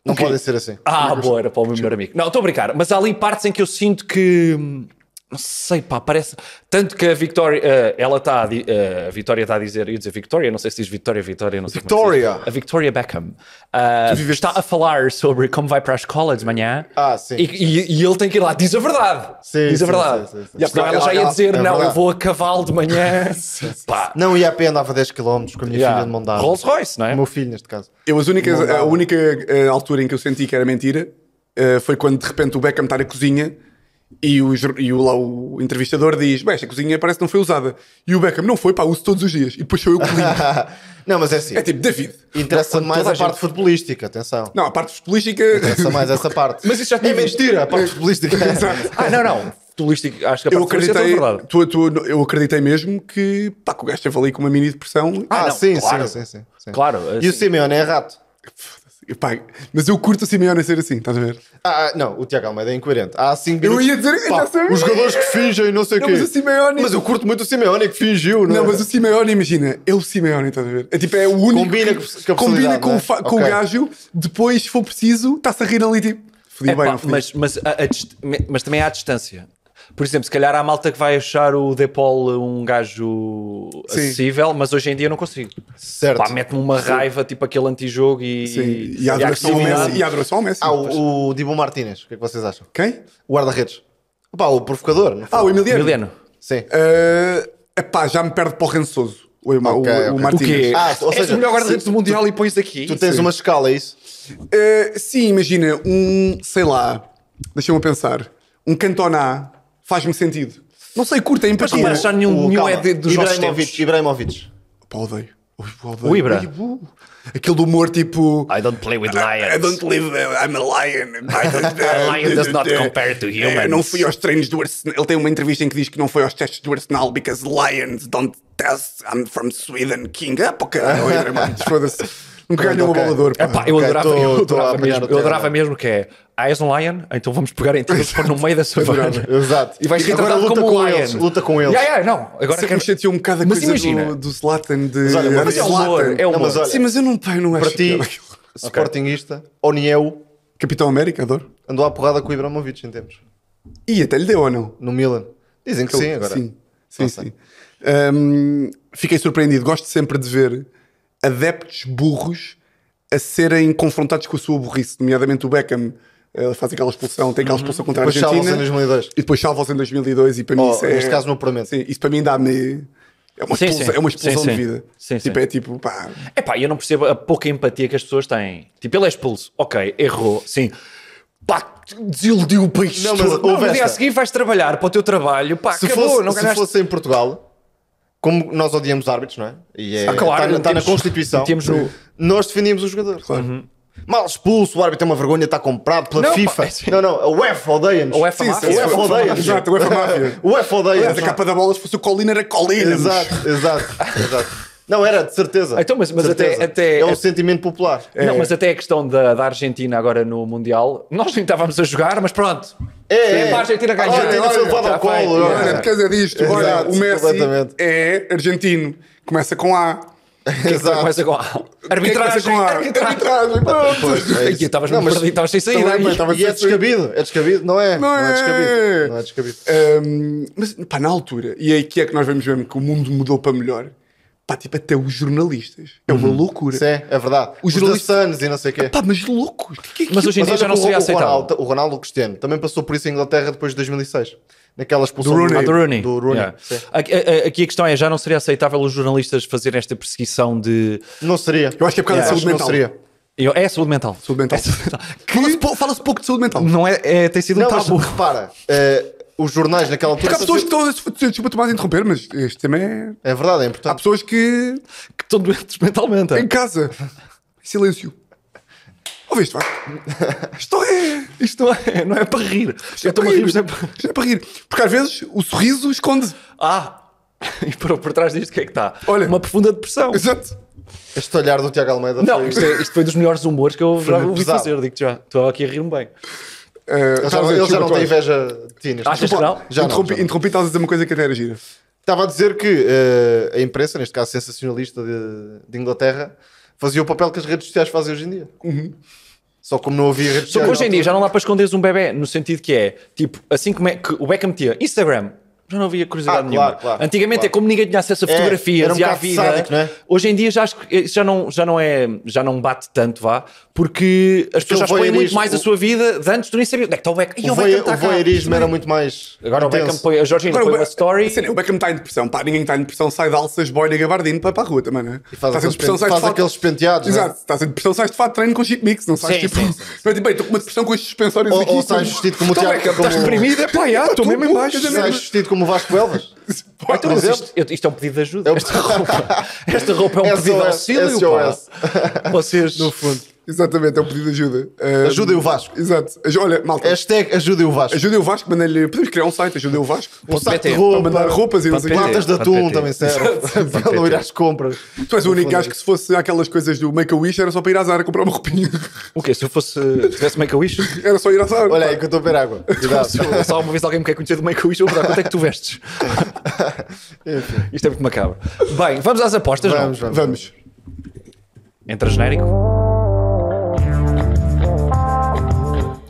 S2: Não podem ser assim.
S1: Ah, boa, era para o meu melhor amigo. Não, estou a brincar, mas há ali partes em que eu sinto que. hum, Não sei, pá, parece. Tanto que a Victoria. eh, ela está. A, di- eh, a Victoria está a dizer. Eu ia dizer Victoria, não sei se diz Victoria, Victoria, não sei como é que se diz.
S2: Victoria.
S1: A Victoria Beckham. ah, está a falar sobre como vai para a escola de manhã.
S2: Ah, sim.
S1: E, e- e ele tem que ir lá. Diz a verdade.
S2: Sim,
S1: diz a
S2: sim,
S1: verdade.
S2: sim, sim, sim.
S1: E senão ela já ia dizer, não,
S2: É
S1: eu
S2: verdade.
S1: vou a cavalo de manhã. pá.
S2: Não, e a pé andava 10 km com a minha
S1: yeah.
S2: filha de mão dada.
S1: Rolls Royce, não é?
S2: O meu filho, neste caso.
S3: Eu, as únicas, a única eh, altura em que eu senti que era mentira eh, foi quando de repente o Beckham está na cozinha E o, jor- e o- lá o entrevistador diz: Bem, esta cozinha parece que não foi usada. E o Beckham não foi, pá, uso todos os dias. E depois sou eu que limpo.
S2: não, mas é assim.
S3: É tipo, David.
S2: Interessa-me mais
S1: toda
S2: a,
S1: a
S2: parte
S1: gente-
S2: futebolística, atenção.
S3: Não, a parte futebolística.
S2: Interessa mais essa parte.
S1: Mas isso já tinha
S2: é
S1: visto.
S2: mentira, a parte futebolística. é
S1: Ah, não, não. Futebolístico, acho que a
S3: Eu
S1: parte futebolística é
S3: acreditei,
S1: toda verdade.
S3: tu, tu- eu acreditei mesmo que, pá, que o gajo esteve ali com uma mini depressão.
S2: Ah,
S1: não,
S2: sim,
S1: claro.
S2: sim, sim, sim, sim.
S1: Claro. assim-
S2: E o Simeone é rato.
S3: E, pá, mas eu curto o Simeone a ser assim, estás a ver?
S2: Ah, ah, não, o Tiago Almeida é incoerente. Há 5
S3: Eu
S2: minutos.
S3: ia dizer, eu
S2: Pá,
S3: já sabia.
S2: os jogadores que fingem, não sei o
S3: Não,
S2: quê.
S3: mas o Simeone.
S2: Mas eu curto muito o Simeone que fingiu, não,
S3: Não,
S2: é?
S3: mas o Simeone, imagina, é o Simeone, estás a ver? É tipo, é o único.
S2: Combina
S3: que-
S2: com a personalidade,
S3: combina com,
S2: não
S3: o
S2: é?
S3: fa- com o
S2: Ok.
S3: gajo, depois, se for preciso, está-se a rir ali, tipo, fodi
S1: Epá,
S3: bem, não fodi.
S1: mas, mas, a- a dist- me- mas também há a distância. Por exemplo, se calhar há malta que vai achar o Depol um gajo
S3: Sim.
S1: acessível, mas hoje em dia eu não consigo.
S2: Certo.
S1: Pá, mete-me uma raiva, tipo aquele antijogo e.
S3: Sim, e a adoração ao
S1: agressividade.
S3: Messi. E a adoração ao Messi.
S2: Ah, o, o Dibu Martínez, o que é que vocês acham?
S3: Quem?
S2: O guarda-redes. Pá, o provocador. não foi?
S3: Ah, o Emiliano.
S1: Emiliano.
S2: Sim.
S3: Eh, epá, já me perde para o rançoso. O, Ema-
S2: Ok,
S3: o- o
S2: ok.
S1: O
S3: Martínez.
S1: quê?
S2: Ah, ou
S1: És
S2: seja,
S1: o melhor guarda-redes do Mundial e pões aqui.
S2: Tu tens uma escala, é isso?
S3: Eh, sim, imagina, um, sei lá, deixa-me pensar, um cantoná faz-me sentido. Não sei, curta, é
S1: Mas
S3: empatia.
S1: repara, já nenhum,
S2: O-
S1: nenhum
S2: calma,
S1: é de, dos nossos tempos.
S2: Ibrahimovic, Ibrahimovic.
S3: Pá, odeio. Ui, pá, odeio.
S1: O Ibra.
S3: Ai, bu. Aquele do humor tipo...
S1: I don't play with
S2: Ah,
S3: I don't live, I'm a lion. I don't,
S1: A lion does not compare to humans.
S3: Eh, Não fui aos treinos do Arsenal. Ele tem uma entrevista em que diz que não foi aos testes do Arsenal because lions don't test. I'm from Sweden, king. Ah, pô, caralho, Ibra, mano, foda-se. Nunca ganhou um
S2: Ok.
S3: abalador, pá.
S1: Epá, eu
S2: Ok,
S1: adorava,
S2: tô-
S1: eu
S2: tô a
S1: adorava,
S2: apanhar
S1: mesmo,
S2: o
S1: eu
S2: tema.
S1: adorava mesmo que é ah, és um Lion? Então vamos pegar em todos pôr no meio da savana.
S2: Exato.
S1: E vais ser
S2: Agora
S1: tratado
S2: luta
S1: como
S2: com
S1: um
S2: eles,
S1: Lion.
S2: luta com eles.
S1: Yeah, yeah, não. Agora
S3: Sempre me
S1: quero-
S3: chateou um bocado a
S1: Mas
S3: coisa
S1: imagina.
S3: do, do Zlatan de.
S2: olha, mas um
S1: Mas é humor, é
S2: Não, mas
S1: humor.
S2: olha,
S3: Sim, mas eu não, pá, eu
S1: é
S3: não acho
S2: Para ti,
S3: piada aquilo.
S2: sportinguista, Oniel
S3: Capitão América, adoro.
S2: andou à porrada com o Ibrahimovic em tempos.
S3: E até lhe deu ou não?
S2: No Milan. Dizem que sim agora.
S3: Sim, sim.
S2: Não
S3: sim.
S2: sei.
S3: Hum, fiquei surpreendido. Gosto sempre de ver adeptos burros a serem confrontados com a sua burrice, nomeadamente o Beckham. eh, faz aquela expulsão, tem aquela expulsão contra a
S2: Depois
S3: Argentina.
S2: salva-se em 2002.
S3: E depois salva-se em 2002. E para mim,
S2: Ou,
S3: isso é.
S2: Oh, neste caso, no apuramento.
S3: Sim, isso para mim dá-me. É uma
S1: Sim,
S3: expulsão,
S1: sim.
S3: É uma expulsão
S1: Sim,
S3: de
S1: sim.
S3: vida.
S1: Sim,
S3: tipo,
S1: sim.
S3: é tipo, pá.
S1: Epá, eu não percebo a pouca empatia que as pessoas têm. Tipo, ele é expulso. Ok, errou. Sim. Pá, desiludiu o país
S2: Não,
S1: não,
S2: mas
S1: todo. Não,
S2: houve
S1: no dia
S2: esta.
S1: a seguir vais trabalhar para o teu trabalho. Pá,
S2: se,
S1: acabou,
S2: fosse,
S1: não
S2: se
S1: ganhaste.
S2: fosse em Portugal, como nós odiamos árbitros, não é? E é
S1: Ah, claro,
S2: está, na- está na
S1: temos-
S2: Constituição.
S1: temos no-
S2: Nós defendíamos o jogador. Mal expulso, o árbitro é uma vergonha, está comprado pela
S1: Não, pá,
S2: FIFA.
S1: é assim.
S2: não, não, a UEFA odeia-nos.
S1: A UEFA
S3: Sim,
S1: máfia.
S3: sim,
S2: O
S3: sim.
S2: UEFA odeia-nos.
S3: Exato, o UEFA máfia.
S2: O UEFA
S3: Aliás,
S2: odeia-nos.
S3: a capa da bola, se fosse o Colina, era Colina.
S2: Exato, exato, exato. Não, era, de certeza.
S1: Então, mas- mas
S2: Certeza.
S1: até- até-
S2: É um sentimento popular.
S1: Não, mas até a questão da, da Argentina agora no Mundial, nós nem estávamos a jogar, mas pronto.
S2: É,
S1: Sim, a Argentina ganhou.
S2: Olha, Olha, foi levado
S1: Tá
S2: ao colo.
S1: feito.
S2: olha.
S3: Olha, por causa disto,
S2: Exato,
S3: olha, o Messi
S2: completamente.
S3: é argentino. Começa com A.
S2: Exato.
S1: Começa com a-
S2: é
S3: Começa
S1: É arbitragem.
S3: com A.
S1: arbitragem.
S3: Arbitragem.
S2: Pois,
S3: pronto.
S2: é isso.
S1: Aqui, Estavas
S2: Não,
S1: mesmo
S2: mas-
S1: perdido, estavas sem saída.
S3: também,
S1: aí.
S3: estava-
S2: E é descabido, é descabido, não é? Não,
S3: é.
S2: é descabido. Não é descabido.
S3: Hum, Mas, pá, na altura, e aí que é que nós vemos mesmo que o mundo mudou para melhor. Pá, tipo, até os jornalistas. É uma loucura.
S2: Sim, é verdade.
S3: Os
S2: Os,
S3: jornalistas-
S2: danos e não sei o quê.
S3: Pá, mas loucos. Que, que,
S1: Mas hoje em
S2: Mas
S1: dia
S2: olha
S1: já não
S2: que o-
S1: seria
S2: o
S1: aceitável.
S2: Ronaldo, o Ronaldo Cristiano também passou por isso em Inglaterra depois de 2006. Naquela expulsão
S3: Do Rooney.
S1: Ah, do Rooney.
S2: Do Rooney,
S1: Yeah.
S2: sim.
S1: Aqui, a- a- aqui a questão é: já não seria aceitável os jornalistas fazerem esta perseguição de.
S2: Não seria.
S3: Eu acho que é por causa da
S2: Acho
S3: saúde
S2: que
S3: mental.
S2: Não seria.
S1: Eu- um É saúde mental.
S3: Saúde mental.
S1: É saúde mental.
S3: Fala-se pou- Fala-se pouco de saúde mental.
S1: Não é, é- tem sido
S2: Não,
S1: um
S2: mas
S1: tabu.
S2: repara, eh, os jornais naquela altura.
S3: Porque há pessoas que estão. Desculpa, Tomás, interromper, mas este também é.
S2: É verdade, é
S3: Há
S2: importante.
S3: pessoas que
S1: Que estão doentes mentalmente.
S3: Em casa. Em silêncio. Ouviste, vá. Isto é.
S1: Isto não é, não é para rir.
S3: Isto
S1: Eu
S3: é para
S1: estou-me a rir.
S3: rir.
S1: isto é para-
S3: Isto é para rir. Porque às vezes o sorriso esconde.
S1: Ah! E por, por trás disto, o que é que está?
S3: Olha.
S1: Uma profunda depressão.
S3: Exato.
S2: Este olhar do Tiago Almeida
S1: Não,
S2: foi.
S1: isto, é- isto foi dos melhores humores que eu já ouvi
S2: pesado.
S1: fazer, digo-te já. Estou aqui a rir-me bem.
S3: Uh,
S2: Ele já,
S3: estavas a dizer,
S2: ele já
S3: desculpa,
S2: não
S3: Tomás.
S2: tem inveja de ti. neste
S1: Achas
S2: momento.
S1: que não?
S2: Já não.
S3: interrompi,
S2: já não.
S3: interrompi, estás a dizer uma coisa que até era gira.
S2: Estava a dizer que eh, a imprensa, neste caso sensacionalista de, de Inglaterra, fazia o papel que as redes sociais fazem hoje em dia. Só como não havia redes
S1: Só
S2: sociais.
S1: que hoje em
S2: na
S1: dia já
S2: altura.
S1: não dá para esconderes um bebê, no sentido que é, tipo, assim como é que o Beckham tinha Instagram, Já não havia curiosidade
S2: Ah, claro,
S1: nenhuma.
S2: claro,
S1: Antigamente
S2: claro.
S1: é como ninguém tinha acesso a
S2: É,
S1: fotografias
S2: era um
S1: e à
S2: bocado
S1: vida.
S2: sádico, não é?
S1: Hoje em dia já acho que isso já não, já não é, já não bate tanto, vá, porque as pessoas já expõem muito
S2: voyeurismo,
S1: mais a
S2: o-
S1: sua vida de antes tu nem sabias. Onde é que está o Beckham? Ih,
S2: O,
S1: o
S2: voy,
S1: Beckham
S2: o
S1: está cá.
S2: voyeurismo era muito mais.
S1: Agora o Beckham
S2: intenso.
S1: põe, a Georgina
S3: Agora,
S1: põe
S3: o, Be-
S1: uma story.
S3: a cena é, o Beckham está em depressão. Pá, ninguém está em depressão, sai de alças, boina, gabardino para, para a rua também, não é?
S2: E
S3: Estás
S2: faz,
S3: em
S2: aqueles,
S3: depressão,
S2: pen-
S3: sai de
S2: faz
S3: fato-
S2: aqueles penteados. não é?
S3: Exato, estás em depressão, sais de fato, treino com chip mix, não sais
S1: Sim,
S3: tipo.
S1: sim, sim,
S3: Não é tipo, bem, estou com uma depressão com estes suspensórios
S2: Ou-
S3: aqui.
S2: ou sais
S3: estou-
S2: vestido como o
S3: Estou
S2: Tiago-
S3: bem, cara,
S2: como
S3: estás
S2: o-
S3: deprimido, é pá, já, estou
S1: Tu-
S3: mesmo em baixo.
S1: tu-
S2: Sais vestido como o Vasco Elvas.
S3: Pá,
S1: Então,
S2: por
S1: mas
S2: exemplo-
S1: isto, isto é um pedido de ajuda. Esta roupa, esta roupa é um
S2: SOS,
S1: pedido de auxílio.
S2: SOS.
S1: Pá. Vocês. No fundo.
S3: Exatamente, é um pedido de ajuda. Ah,
S2: Ajudem o Vasco. É.
S3: Exato. Aj- Olha, malta,
S2: Hashtag ajudem o Vasco.
S3: ajudem o Vasco, mandei-lhe. Podemos criar um site, ajudem o Vasco.
S2: Um saco
S1: PT.
S2: de
S3: Para mandar
S2: roupa.
S3: roupas e não sei o
S1: Para
S3: quê.
S1: PT.
S2: Latas de atum
S1: PT.
S2: também servem. Para não ir às compras.
S3: Tu és o único gajo que se fosse aquelas coisas do Make-A-Wish era só para ir à Zara comprar uma roupinha.
S1: O quê? Se eu fosse. Se tivesse make-a-wish?
S3: Era só ir à Zara.
S2: Olha
S3: pá.
S2: aí que eu estou a beber água. Cuidado.
S1: Se se alguma vez alguém me quer conhecer do make-a-wish, eu vou dar quanto é que tu vestes.
S2: Enfim,
S1: Isto é muito macabro. Bem, vamos às apostas,
S2: Vamos,
S1: não?
S2: vamos.
S3: Vamos.
S1: Entra genérico.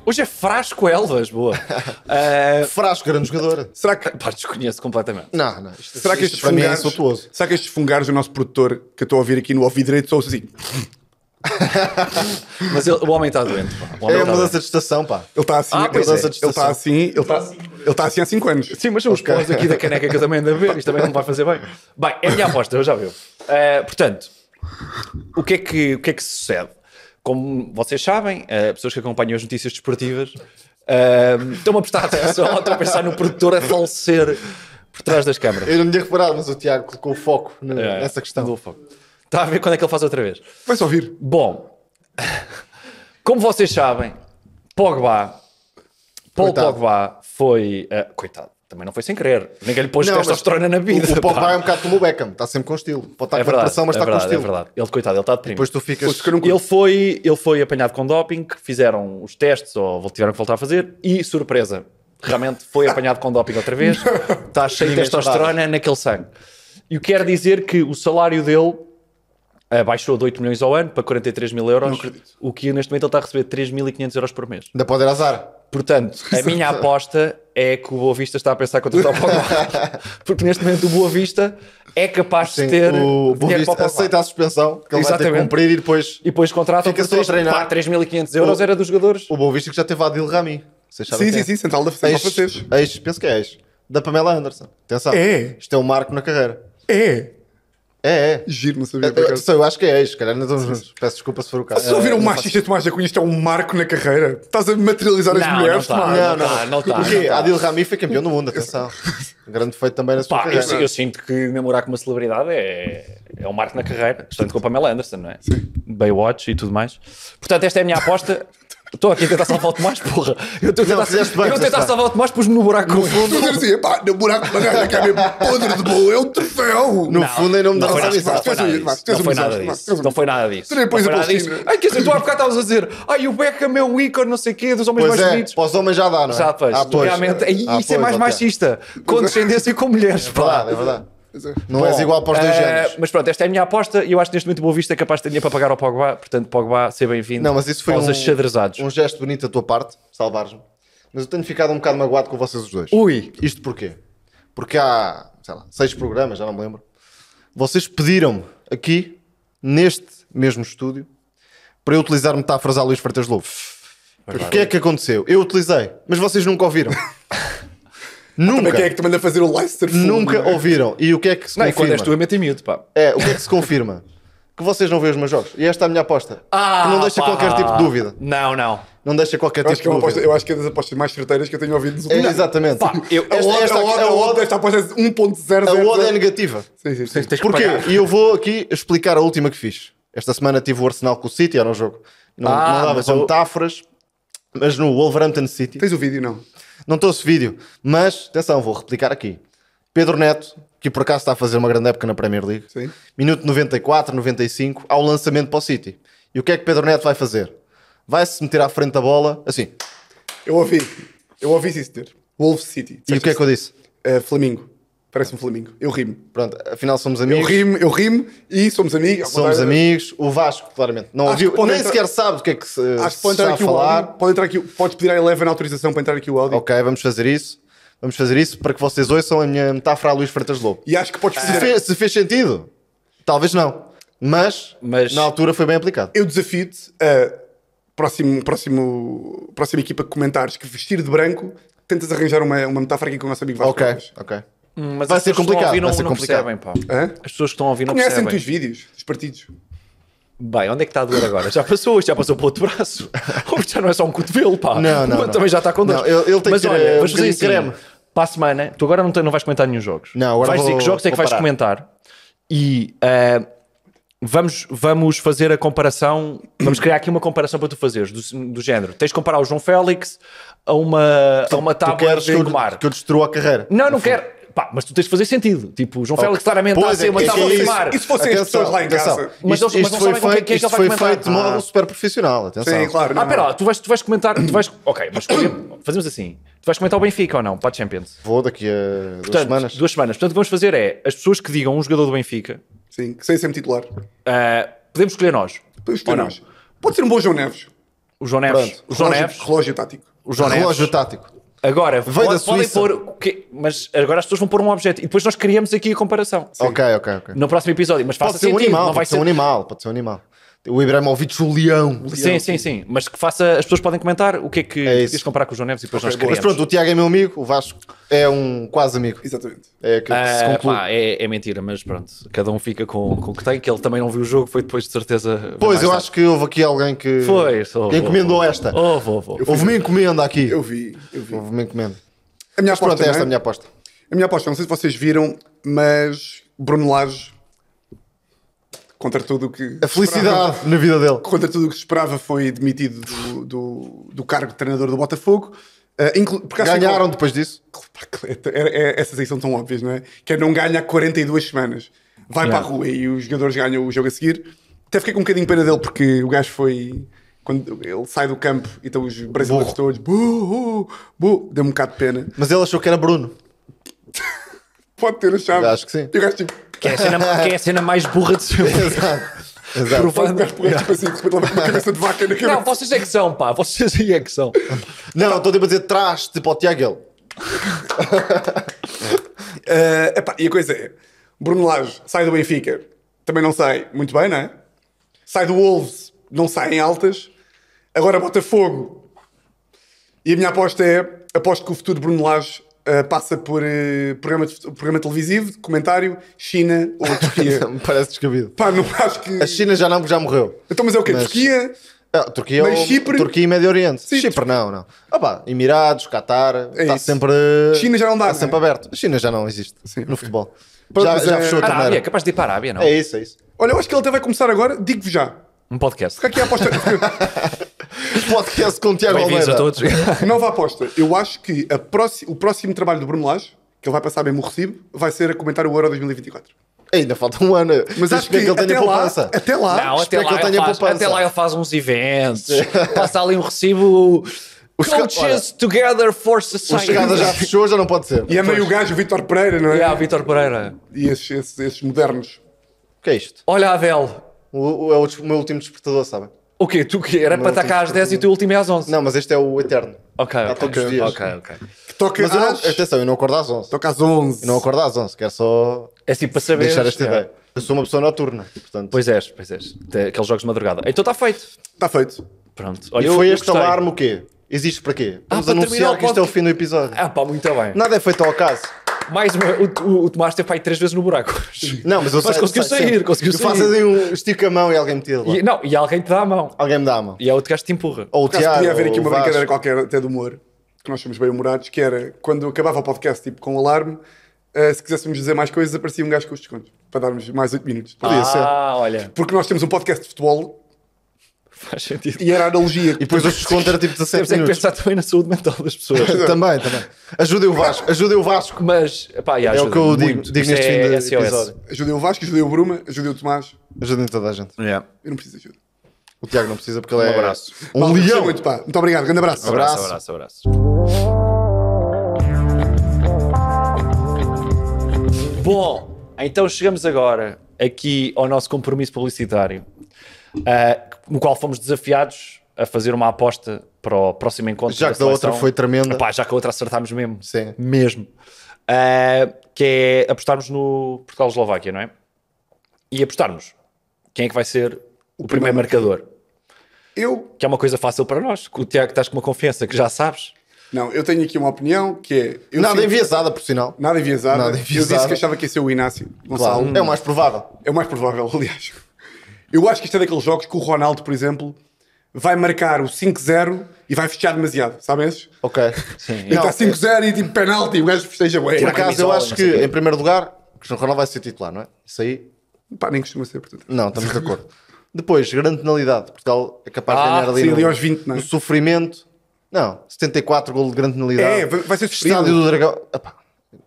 S1: Hoje é Frasco Elvas, boa. Ah,
S2: Frasco, grande jogador.
S3: Será que,
S1: pá, desconheço completamente.
S2: Não, não. Isto,
S3: será que
S2: isto
S3: estes
S2: para mim é
S3: fungares.
S2: insultuoso.
S3: será que estes fungares do nosso produtor que eu estou a ouvir aqui no ouvido direito são assim? Ele
S1: Mas ele- o homem está doente. Pá. O homem
S2: É a
S1: está
S2: mudança de estação, pá.
S3: está assim.
S1: Ah,
S3: ele
S1: pois é.
S3: ele está assim. Ele está ele está assim há 5 anos.
S1: Sim, mas são os pós aqui da caneca que eu também ando a ver. Isto também não me vai fazer bem. Bem, é a minha aposta, eu já viu. portanto, o que, é que, o que é que sucede? Como vocês sabem, eh, pessoas que acompanham as notícias desportivas eh, estão a prestar atenção, ou estão a pensar no produtor a falecer por trás das câmaras.
S2: Eu não tinha reparado, mas o Tiago colocou o foco ne-
S1: Eh,
S2: nessa questão.
S1: mudou o foco. Está a ver quando é que ele faz outra vez.
S3: Vai-se ouvir.
S1: Bom, como vocês sabem, Pogba, Paul
S2: Coitado.
S1: Pogba foi. eh, coitado, também não foi sem querer. Ninguém lhe pôs
S2: Não, mas
S1: é testosterona na vida.
S2: O, o Pogba
S1: pá.
S2: é um bocado como o Beckham, está sempre com estilo. Pode estar
S1: É
S2: com
S1: verdade,
S2: depressão, mas
S1: é
S2: está
S1: verdade,
S2: com
S1: É
S2: estilo.
S1: verdade. Ele, coitado, ele está deprimido. um
S2: Depois tu ficas.
S3: Pois, que eu não-
S1: Ele foi, ele foi apanhado com doping, fizeram os testes ou tiveram que voltar a fazer e, surpresa, realmente foi apanhado com doping outra vez. Está cheio de
S2: Ninguém
S1: testosterona naquele sangue. E o que quer dizer que o salário dele ah, baixou de 8 milhões ao ano para 43 mil euros, o que neste momento ele está a receber 3.500 euros por mês.
S2: Ainda pode ir azar.
S1: Portanto, a minha aposta é que o Boa Vista está a pensar contratar o Pogba. Porque neste momento o Boa Vista é capaz
S2: Sim,
S1: de ter
S2: o Boa
S1: dinheiro para
S2: Vista
S1: o Pogba.
S2: aceita a suspensão que ele vai ter
S1: Exatamente.
S2: que cumprir e depois
S1: E depois contratam
S2: Fica
S1: por
S2: só a
S1: 3,
S2: treinar.
S1: pá, 3.500 euros
S2: O-
S1: era dos jogadores.
S2: o Boa Vista que já teve a Adil Rami. Vocês sabem
S3: Sim,
S2: quem
S3: sim,
S2: é?
S3: sim. Central da Central
S2: Ex,
S3: francês.
S2: ex, penso que é ex. Da Pamela Anderson. Atenção.
S3: É.
S2: Isto é um marco na carreira.
S3: É.
S2: É, é.
S3: Giro, não sabia. por
S2: Eu, eu,
S3: acaso.
S2: sei, eu acho que é ex, se calhar não estamos juntos. Peço desculpa se for o caso.
S3: Estás a ouvir
S2: É,
S1: Ah,
S3: um
S2: não
S3: machista Tomás da Cunha? Isto é um marco na carreira. Estás a materializar as
S1: Não,
S3: mulheres,
S1: não está.
S3: Tomás.
S2: Não,
S1: Não tá,
S2: não,
S1: não tá,
S2: O quê?
S1: não tá.
S2: Adil Rami foi campeão do mundo, atenção. Grande feito também na sua
S1: Pá, eu,
S2: carreira.
S1: si- eu sinto que namorar com uma celebridade é, é um marco na carreira. Portanto, com a Pamela Anderson, não é? Sim. Baywatch e tudo mais. Portanto, esta é a minha aposta. Estou aqui a tentar salvar o Tomás, porra. Eu estou a
S2: Não,
S1: tentar,
S2: fizeste bem,
S1: eu a
S2: fizeste
S1: tentar
S2: bem.
S1: salvar o Tomás, pus-me no buraco.
S3: Tu dizes assim, epá, no buraco de banana que é mesmo podre de boa, é um troféu.
S2: No fundo, em nome da
S1: Não foi
S2: nossa
S1: nada
S2: amizade.
S1: disso, não foi nada
S3: Tens
S1: disso,
S3: um-
S1: não foi
S3: tens um
S1: nada
S3: desastre,
S1: disso,
S3: tens um
S1: não foi nada disso.
S3: Tu nem pões
S1: Não foi
S3: a
S1: nada disso.
S3: Palestina.
S1: Ai, quer dizer, tu há bocado estavas a dizer, ai, o Beckham é um ícone, não sei o quê, dos homens
S2: Pois
S1: mais
S2: é,
S1: bonitos.
S2: para os homens já dá, não é?
S1: Já, pois,
S2: Ah,
S1: realmente,
S2: Ah,
S1: e isso é
S2: pois,
S1: mais
S2: ok.
S1: machista. Com descendência e com mulheres,
S2: É
S1: pá.
S2: verdade, é verdade. Não
S1: Bom,
S2: és igual para os dois
S1: eh,
S2: géneros.
S1: Mas pronto, esta é a minha aposta e eu acho que neste momento o Boa Vista é capaz de ter dinheiro para pagar ao Pogba. Portanto, Pogba, seja bem-vindo
S2: Não, mas isso foi
S1: aos
S2: um,
S1: achadrezados.
S2: um gesto bonito da tua parte, salvares-me. Mas eu tenho ficado um bocado magoado com vocês os dois.
S1: Ui.
S2: Isto porquê? Porque há, sei lá, seis programas, já não me lembro. Vocês pediram-me aqui, neste mesmo estúdio, para eu utilizar metáforas à Luís Freitas Lobo. O que é que aconteceu? Eu utilizei, mas vocês nunca ouviram.
S3: Mas quem é
S2: nunca,
S3: que te manda fazer o Leicester Full,
S2: nunca
S3: não é?
S2: ouviram. E o que é que se
S1: Não, e quando
S2: confirma?
S1: és tu, eu meto em miúdo, pá.
S2: É, o que é que se confirma? Que vocês não veem os meus jogos. E esta é a minha aposta.
S1: Ah,
S2: que não deixa
S1: pá.
S2: qualquer tipo de dúvida.
S1: Não, não.
S2: Não deixa qualquer
S3: Eu
S2: tipo
S3: acho, que é
S2: de
S3: uma aposta,
S2: dúvida.
S3: eu acho que é das apostas mais certeiras que eu tenho ouvido nos
S2: É,
S3: últimos
S2: exatamente.
S1: Pá, eu-
S3: A
S2: esta,
S3: odd,
S2: esta,
S3: a odd,
S2: a
S3: a odd
S2: odd-
S3: desta aposta é 1.0.
S2: a odd é negativa.
S3: Sim, sim, sim.
S1: Tens que
S2: Porquê?
S1: pagar.
S2: E eu vou aqui explicar a última que fiz. Esta semana tive o Arsenal com o City, era um jogo. Não,
S1: Ah,
S2: não dava
S1: mas
S2: com
S1: eu-
S2: metáforas, mas no Wolverhampton City.
S3: Tens o vídeo, não?
S2: Não trouxe vídeo, mas atenção, vou replicar aqui. Pedro Neto, que por acaso está a fazer uma grande época na Premier League,
S3: Sim.
S2: minuto 94, 95, há o lançamento para o City. E o que é que Pedro Neto vai fazer? Vai-se meter à frente da bola, assim.
S3: Eu ouvi. Eu ouvi isso ter. Wolf City.
S2: E o que é que eu disse?
S3: Eh, Flamingo. Parece um Flamingo. Eu rimo.
S2: Pronto, afinal somos
S3: Eu
S2: amigos.
S3: rimo, eu rimo e somos amigos.
S2: Somos amigos. O Vasco, claramente, não
S3: Acho
S2: ouviu.
S3: que pode
S2: Nem
S3: entrar-
S2: sequer sabe do que é que se,
S3: Acho que
S2: se
S3: pode entrar
S2: está a
S3: aqui o
S2: falar.
S3: áudio. Pode entrar aqui, podes pedir à Eleven autorização para entrar aqui o áudio.
S2: Ok, vamos fazer isso. Vamos fazer isso para que vocês ouçam a minha metáfora a Luís Freitas Lobo.
S3: E acho que podes
S2: Se,
S3: fazer.
S2: fez, se fez sentido, talvez não. Mas,
S1: Mas-
S2: na altura foi bem aplicado.
S3: Eu desafio-te a próximo, próximo, próxima equipa que comentares que vestir de branco tentas arranjar uma, uma metáfora aqui com o nosso amigo
S2: Ok,
S3: Vasco.
S2: ok.
S1: Hum, Mas
S2: Vai
S1: as
S2: ser
S1: pessoas que estão
S2: complicado,
S1: a ouvir
S2: vai
S1: não,
S2: ser
S1: não
S2: complicado.
S1: percebem, pá.
S3: Hã?
S1: As pessoas que estão a ouvir não
S3: Conhecem-te os
S1: percebem.
S3: vídeos dos partidos.
S1: Bem, onde é que está a doer agora? Já passou, já passou para o outro braço. Ou já não é só um cotovelo, pá.
S2: Não, não, não.
S1: Também já está com dor.
S2: Não, ele- ele tem
S1: Mas
S2: que ter,
S1: olha,
S2: eh, um
S1: vamos fazer
S2: bocadinho
S1: assim.
S2: de creme.
S1: Para a semana, tu agora não, te- não vais comentar nenhum jogos.
S2: Não, agora
S1: Vais dizer
S2: vou-
S1: que jogos é que
S2: vou
S1: vais
S2: parar.
S1: comentar. E eh, vamos, vamos fazer a comparação, vamos criar aqui uma comparação para tu fazeres, do, do género. Tens de comparar o João Félix a uma, a uma
S2: Tu
S1: tábua
S2: queres
S1: de
S2: que eu,
S1: engomar.
S2: que eu destrua a carreira?
S1: Não, não quero. Pá, mas tu tens de fazer sentido. Tipo, o João Félix claramente está a
S2: Pois
S1: ser
S2: é,
S1: uma
S2: que-
S1: tábua
S2: que
S1: de
S2: é isso.
S1: engomar.
S3: E se fossem as pessoas lá em casa?
S1: Mas
S2: isto,
S1: eles- mas
S2: isto
S1: não sabem
S2: foi
S1: com quem é
S2: feito,
S1: que
S2: isto
S1: ele vai
S2: foi
S1: comentar.
S2: feito de modo
S3: Ah.
S2: super profissional. Atenção.
S3: Sim, claro.
S1: Ah,
S3: não.
S1: pera lá, tu vais, tu vais comentar. Tu vais, ok, mas escolhe- fazemos assim. Tu vais comentar o Benfica ou não, para a Champions?
S2: Vou daqui a duas
S1: Portanto,
S2: semanas.
S1: Duas semanas. Portanto, o que vamos fazer é as pessoas que digam um jogador do Benfica,
S3: Sim, que sem sempre titular.
S1: ah, podemos escolher nós.
S3: Podemos
S1: Ou
S3: ter
S1: não.
S3: nós. Pode ser um bom João Neves.
S1: O João Neves.
S2: Pronto.
S1: O João
S3: relógio,
S1: Neves.
S3: relógio tático.
S1: O João Neves.
S2: Relógio tático.
S1: Agora, pode-
S2: da
S1: podem
S2: Suíça.
S1: pôr. o quê? Mas agora as pessoas vão pôr um objeto e depois nós criamos aqui a comparação.
S2: Ok, ok, ok.
S1: No próximo episódio. Mas faça
S2: Pode ser um
S1: sentido.
S2: animal,
S1: não vai
S2: pode ser um
S1: ser. é
S2: animal, pode ser um animal. O Ibrahimovic, o leão.
S1: Sim, sim, sim. Mas que faça. As pessoas podem comentar o que é que.
S2: É isso.
S1: Quis comparar com o João Neves e depois nós
S2: Mas
S1: criamos.
S2: pronto, o Tiago é meu amigo, o Vasco é um quase amigo.
S3: Exatamente.
S2: É aquilo que se
S1: Ah,
S2: conclui.
S1: pá, é, é mentira, mas pronto, cada um fica com, com o que tem, que ele também não viu o jogo, foi depois de certeza.
S2: Pois,
S1: mais
S2: eu
S1: tarde.
S2: acho que houve aqui alguém que,
S1: Foi, sou,
S2: que
S1: vou,
S2: encomendou
S1: vou.
S2: esta.
S1: Oh, vou, vou.
S2: Houve uma encomenda aqui.
S3: Eu vi, eu vi.
S2: Houve uma encomenda.
S3: A minha
S2: Mas pronto,
S3: aposta,
S2: é
S3: não
S2: esta a
S3: é?
S2: minha aposta.
S3: A minha aposta, não sei se vocês viram, mas Bruno Lage, contra tudo o que.
S2: A felicidade
S3: Esperava,
S2: na vida dele.
S3: contra tudo o que se esperava, foi demitido do, do, do cargo de treinador do Botafogo. Ah, inclu- porque acho que-
S2: Ganharam depois disso.
S3: Pá, Cleto, era- é- essas aí são tão óbvias, não é? Que é não ganha há 42 semanas. Vai
S1: Yeah.
S3: para a rua e os jogadores ganham o jogo a seguir. Até fiquei com um bocadinho de pena dele porque o gajo foi. Quando ele sai do campo e estão os brasileiros
S2: Burro.
S3: todos. Burro, burro. Deu um bocado de pena.
S2: Mas ele achou que era Bruno.
S3: Pode ter achado.
S2: Acho que sim.
S3: E o gajo tipo.
S1: Que é, a cena, que é a cena mais burra de sempre.
S2: Exato. Exato.
S3: O gajo pegou tipo assim, de repente leva uma cabeça de vaca na
S1: Não,
S3: cabeça.
S1: vocês é que são, pá, vocês aí é que são.
S2: Não, estou tipo a dizer trás, tipo ao Tiago ele.
S3: Eh, epá, e a coisa é: Bruno Lage sai do Benfica, também não sai muito bem, não é? Sai do Wolves, não sai em altas. Agora Botafogo. E a minha aposta é: aposto que o futuro de Bruno Lage eh, passa por eh, programa, de- programa televisivo, comentário, China ou Turquia.
S2: Me parece descabido.
S3: Pá, não acho que.
S2: A China já não, já morreu.
S3: Então, mas é o quê?
S2: Mas-
S3: Turquia?
S2: Ah, Turquia,
S3: Mas
S2: ou-
S3: Chipre-
S2: Turquia e Médio Oriente.
S3: Sim. É
S2: Chipre não, não. Ah pá, Emirados, Qatar, está
S3: isso.
S2: sempre.
S3: China já não dá,
S2: Está
S3: não é?
S2: sempre aberto. A China já não existe
S3: Sim,
S2: no
S3: ok.
S2: futebol.
S3: Pronto,
S2: já,
S3: mas
S2: já
S3: é-
S2: fechou a
S1: Arábia,
S2: torneira.
S1: capaz de ir para a Arábia, não?
S2: É isso, é isso.
S3: Olha, eu acho que ele até vai começar agora, digo-vos já.
S1: Um podcast.
S3: Porque aqui é a aposta.
S2: Podcast com Tiago
S1: Bem-vindos a
S2: Almeida.
S1: todos.
S3: Nova aposta. Eu acho que a próxi- o próximo trabalho do Bruno Lage, que ele vai passar mesmo o recibo, vai ser a comentar o Euro 2024.
S2: Ainda falta um ano.
S3: Mas acho que,
S2: ele
S3: até,
S2: tenha
S3: lá,
S2: poupança.
S3: até lá...
S1: Não, até
S2: espero que
S1: lá,
S2: ele
S1: ele
S2: tenha
S1: faz,
S2: poupança.
S1: até lá ele faz uns eventos, passa ali um recibo.
S2: Os ca-
S1: Coaches Together for
S2: O
S1: Society.
S2: chegada já fechou, já não pode ser.
S3: E é meio gajo o Vítor Pereira, não é?
S1: E há Vitor Pereira.
S3: E esses, esses- esses modernos.
S2: O que é isto?
S1: Olha, Abel,
S2: O, o- é o des- o meu último despertador, sabem?
S1: O quê? Tu que Era para
S3: último
S1: atacar às 10 e o teu último é às 11.
S2: Não, mas este é o eterno.
S1: Ok,
S2: Há
S1: ok.
S2: todos os dias.
S1: ok, ok.
S3: Que toca
S2: Mas eu não,
S3: às...
S2: atenção, eu não acordo às 11.
S3: Toca às 11.
S2: Eu não acordo às 11, quero só
S1: É assim para saber.
S2: deixar esta ideia. Eu sou uma pessoa noturna, portanto.
S1: Pois és, pois és. Tem Aqueles jogos de madrugada. Então está feito.
S3: Está Tá feito.
S1: Pronto. Olha,
S2: e
S1: eu-
S2: foi
S1: eu
S2: este
S1: gostei. Ah,
S2: alarme o quê? Existe para quê? Vamos
S1: para terminar
S2: anunciar
S1: o
S2: que isto é o
S1: podcast.
S2: fim do episódio.
S1: Ah, pá, muito bem.
S2: Nada é feito ao acaso.
S1: Mais uma. O, o, o Tomás teve pai três vezes no buraco.
S2: Não, mas eu
S1: Mas
S2: sei-
S1: conseguiu
S2: sei
S1: sair,
S2: sempre.
S1: conseguiu
S2: eu
S1: sair.
S2: Faço assim um estico a mão e alguém me tira de lá.
S1: E, não, e alguém te dá a mão.
S2: Alguém me dá a mão.
S1: E há outro gajo que te empurra.
S2: Ou o
S3: Por acaso
S2: Tiago.
S3: podia haver aqui
S2: ou o
S3: uma
S2: Vasco.
S3: brincadeira qualquer até de humor, que nós somos bem humorados, que era quando acabava o podcast tipo com o alarme, eh, se quiséssemos dizer mais coisas, aparecia um gajo com os descontos. Para darmos mais 8 minutos. Podia ser.
S1: ah, olha.
S3: Porque nós temos um podcast de futebol
S1: Faz sentido.
S3: e era a analogia.
S2: E depois o desconto era tipo 17
S1: Temos é que
S2: minutos.
S1: pensar também na saúde mental das pessoas.
S2: também, também. Ajudem o Vasco, ajudem o Vasco.
S1: Mas, pá, já,
S2: É o
S1: ajuda
S2: que eu digo,
S1: muito.
S2: digo
S1: Isto
S2: neste
S1: é
S2: fim de
S1: SOS.
S2: episódio.
S3: Ajudei o Vasco, ajudei o Bruma, ajudei o Tomás.
S2: Ajudem toda a gente.
S1: Yeah.
S3: Eu não preciso de ajuda.
S2: O Tiago não precisa porque ele
S1: Um
S2: é
S1: abraço.
S2: um
S3: Malta, gostei
S2: leão.
S3: Muito, pá. muito obrigado. Grande abraço.
S1: Abraço,
S2: Abraço.
S1: abraço, abraço. Bom, então chegamos agora aqui ao nosso compromisso publicitário, ah, no qual fomos desafiados a fazer uma aposta para o próximo encontro.
S2: Já que da outra
S1: seleção.
S2: foi tremenda.
S1: Epá, já que a outra acertámos mesmo.
S2: Sim.
S1: Mesmo. Ah, que é apostarmos no Portugal-Eslováquia, não é? E apostarmos quem é que vai ser o, primeiro
S3: primeiro
S1: marcador.
S3: Eu
S1: Que é uma coisa fácil para nós. que O Tiago estás com uma confiança que já sabes.
S3: Não, eu tenho aqui uma opinião que é. eu
S2: Nada
S3: sinto-
S2: enviesada, por sinal.
S3: Nada enviesada.
S2: Nada
S3: Eu disse
S2: enviesada.
S3: que achava que ia ser o Inácio Gonçalo.
S2: Claro. É o mais provável.
S3: É o mais provável, aliás. Eu acho que isto é daqueles jogos que o Ronaldo, por exemplo, vai marcar o 5-0 e vai fechar demasiado, sabem esses?
S2: Ok.
S3: Ele
S2: Não, é-
S3: está 5-0 e tipo penalti, o gajo festeja bem.
S2: Por
S1: Tira a
S2: acaso, eu
S1: camisola,
S2: acho
S1: não
S2: que,
S1: sei o quê.
S2: em primeiro lugar, Cristiano Ronaldo vai ser titular, não é? Isso aí,
S3: Pá, nem costuma ser, portanto.
S2: não, estamos de acordo. Depois, grande penalidade. Portugal é capaz
S1: Ah,
S2: de ganhar ali,
S3: sim,
S2: no,
S3: ali aos 20, não é?
S2: no sofrimento. Não, 74 gol de grande penalidade.
S3: É, vai- vai ser sofrido.
S2: Estádio do Dragão. Epá,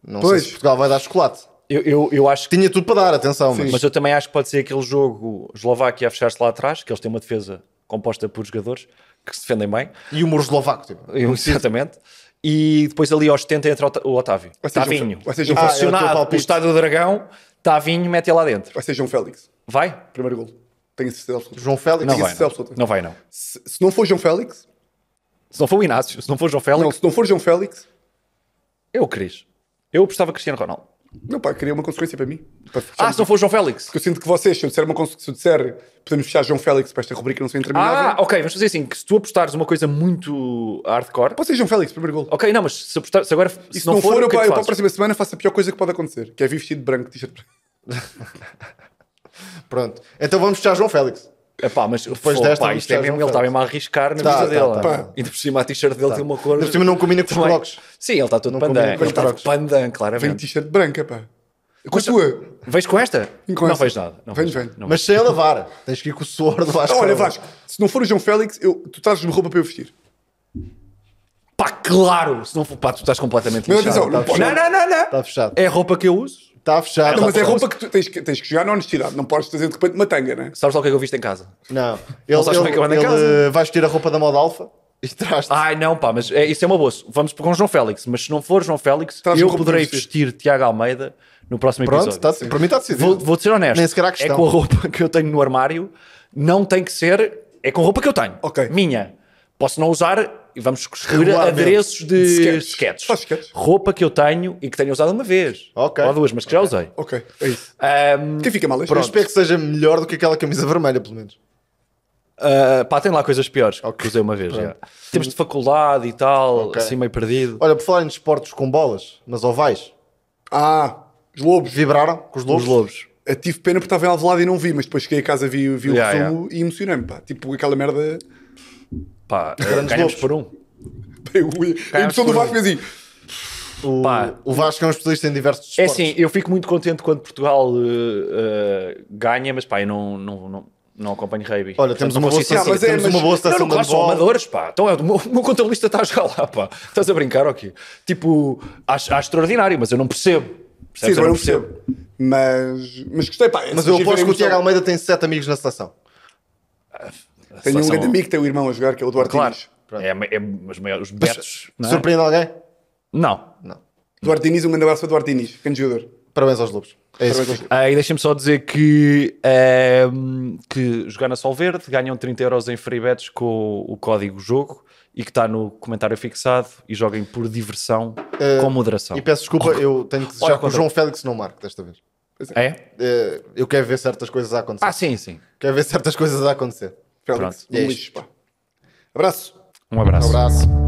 S2: não
S3: Pois.
S2: sei se Portugal vai dar chocolate.
S1: Eu, eu, eu acho que.
S2: Tinha tudo para dar, atenção. Mas,
S1: Mas eu também acho que pode ser aquele jogo Eslováquia a fechar-se lá atrás, que eles têm uma defesa composta por jogadores que se defendem bem.
S2: e o muro eslovaco, tipo.
S1: Eu, exatamente. E depois ali aos 70 entra o Ota- o Otávio.
S3: Ou seja,
S1: Tavinho.
S3: um- ou seja, um-
S2: Ah, era o teu
S1: Impressionado
S2: palpite.
S1: pelo estádio do Dragão, Tavinho mete lá dentro.
S3: Vai ser João Félix,
S1: Vai?
S3: primeiro golo. Tenho certeza absoluta.
S2: João Félix.
S1: Não
S3: Isso
S1: vai.
S3: é
S1: Não.
S3: absoluto.
S1: não vai, não.
S3: Se, se não for João Félix,
S1: Se não for o Inácio, se não for o João
S3: não,
S1: Félix,
S3: se não for João Félix,
S1: eu o Cris. Eu apostava Cristiano Ronaldo.
S3: não pá, queria uma consequência para mim. Para fechar-
S1: Ah, se não for o João Félix.
S3: Porque eu sinto que vocês, se eu disser uma consequência, se eu disser, podemos fechar João Félix para esta rubrica não ser interminável.
S1: Ah, ok, vamos fazer assim: que se tu apostares uma coisa muito hardcore.
S3: Pode ser João Félix, primeiro gol.
S1: Ok, não, mas se, apostar, Oh, se agora.
S3: E se, não, for, eu,
S1: o que é
S3: para,
S1: que
S3: eu para a
S1: fazes?
S3: próxima semana faço a pior coisa que pode acontecer, que é vir vestido de branco, t-shirt branco.
S2: Pronto. Então vamos fechar João Félix.
S1: Epá, mas depois
S2: desta,
S1: desta,
S2: vamos
S1: isto é
S2: fechar
S1: mesmo,
S2: João
S1: ele está
S2: Félix.
S1: mesmo a arriscar na
S2: Tá,
S1: vida
S2: tá,
S1: dela.
S3: tá.
S1: E de por cima a t-shirt dele tem uma cor.
S2: Ainda por cima não combina com os
S1: Também.
S2: crocs.
S1: Sim, ele está todo
S2: Não
S1: pandan.
S2: combina
S1: Ele
S2: com os
S1: está
S2: crocs.
S1: pandan,
S3: Venho
S1: claramente.
S3: t-shirt branca, pá. Com a tua.
S1: Vês com esta?
S3: com
S1: não
S3: esta.
S1: vejo nada. Não
S3: Venho,
S1: vejo.
S3: venho.
S1: Não
S2: Mas sem a lavar. Tens que ir com o suor do Vasco.
S3: Ah, olha, Vasco, se não for o João Félix, eu, tu trazes-me roupa para eu vestir.
S1: vejo. Pá, claro! Se não for, pá, tu estás completamente
S3: Mas
S1: lixado.
S3: atenção, não
S1: Tá
S3: pode-
S1: não, não, não, não.
S2: Está fechado.
S1: É a roupa que eu uso.
S2: Está fechado.
S3: Não, mas é
S1: tá.
S3: roupa que tu tens que, tens que jogar na honestidade, não podes trazer de repente uma tanga, né?
S1: Sabes lá o que é que eu visto em casa?
S2: Não. Ele,
S1: sabes como é que eu ando em
S2: ele-
S1: casa?
S2: ele, eh, vais tirar a roupa da moda alfa Ah, e traz-te.
S1: Ai, não, pá, mas é, isso é uma boa. Vamos com o João Félix, mas se não for João Félix,
S3: Traz-me
S1: eu
S3: roupa
S1: poderei
S3: para
S1: vestir Tiago Almeida no próximo
S2: um Pronto,
S1: episódio.
S2: tá, para mim está decidido.
S1: Vou, vou ser honesto.
S2: Nem sequer há
S1: é
S2: questão.
S1: com a roupa que eu tenho no armário, não tem que ser. É com a roupa que eu tenho.
S3: Ok.
S1: Minha. Posso não usar e vamos escolher
S2: Regularmente.
S1: adereços
S3: De
S1: de
S3: sketches.
S1: sketches.
S3: Faz sketches.
S1: Roupa que eu tenho e que tenho usado uma vez.
S2: Ok.
S1: Ou duas, mas que já usei.
S3: Ok, é isso.
S1: Ahm,
S3: Quem fica mal é
S2: Eu
S3: este?
S2: espero que seja melhor do que aquela camisa vermelha, pelo menos.
S1: ah, pá, tem lá coisas piores que usei uma vez. já. Temos de faculdade e tal,
S2: Ok.
S1: assim meio perdido.
S2: Olha, por falar em desportos com bolas, mas ovais,
S3: Ah, os lobos.
S2: vibraram com os lobos?
S1: Os lobos.
S3: Eu tive pena porque estava em Alvalade e não vi, mas depois cheguei a casa vi, vi o
S1: Yeah,
S3: resumo e emocionei-me, pá. Tipo, aquela merda...
S1: Pá,
S2: Grandes
S1: ganhamos
S2: lobos.
S1: por um.
S3: Eu, a emoção do
S1: por um.
S3: Vasco fez assim.
S2: O,
S1: Pá.
S2: o Vasco é um especialista em diversos
S1: É
S2: desportos.
S1: assim, eu fico muito contente quando Portugal eh, eh, ganha, mas pá, eu não, não, não, não acompanho rugby.
S2: Olha,
S1: Portanto,
S2: temos uma
S1: não
S2: boa
S1: consigo
S3: Ah,
S2: seleção,
S3: mas é,
S2: temos
S3: mas-
S2: uma boa
S1: Não,
S2: seleção
S1: não,
S2: de
S1: claro, são
S2: handball.
S1: amadores, pá. Então, é, o, meu, o meu contabilista está a jogar lá, pá. Estás a brincar ou quê? Tipo, acho, acho extraordinário, mas eu não percebo.
S3: Sim,
S1: Percebes?
S3: eu não percebo. Mas, mas gostei, pá.
S2: é
S3: é
S2: Mas eu
S3: Sugiro verem
S2: aposto que o
S3: emoção.
S1: um
S2: Tiago Almeida tem sete amigos na seleção.
S1: A
S3: Tenho um
S1: seleção-
S3: grande amigo que tem o irmão a jogar, que é o Duarte
S1: Claro.
S3: Inês.
S1: É, é, os maiores betos. Não, é?
S2: Surpreende alguém?
S1: não.
S2: Não.
S3: Duarte Inês, um grande abraço para Duarte Inês, grande jogador.
S2: Parabéns aos lobos. É isso.
S3: Parabéns aos-
S1: Ah, e deixem-me só dizer que, ehm, que jogar na Solverde ganham 30 euros em free bets com o, o código jogo e que está no comentário fixado e joguem por diversão
S3: Eh,
S1: com moderação.
S2: E peço desculpa, eu tenho que desejar que o
S1: contra-
S2: João Félix não marque desta vez.
S1: É?
S2: Eh, Eu quero ver certas coisas a acontecer.
S1: Ah, sim, sim.
S2: Quero ver certas coisas a acontecer.
S3: Félix,
S1: Pronto.
S3: um lixo, pá. Abraço.
S1: Um abraço.
S2: abraço.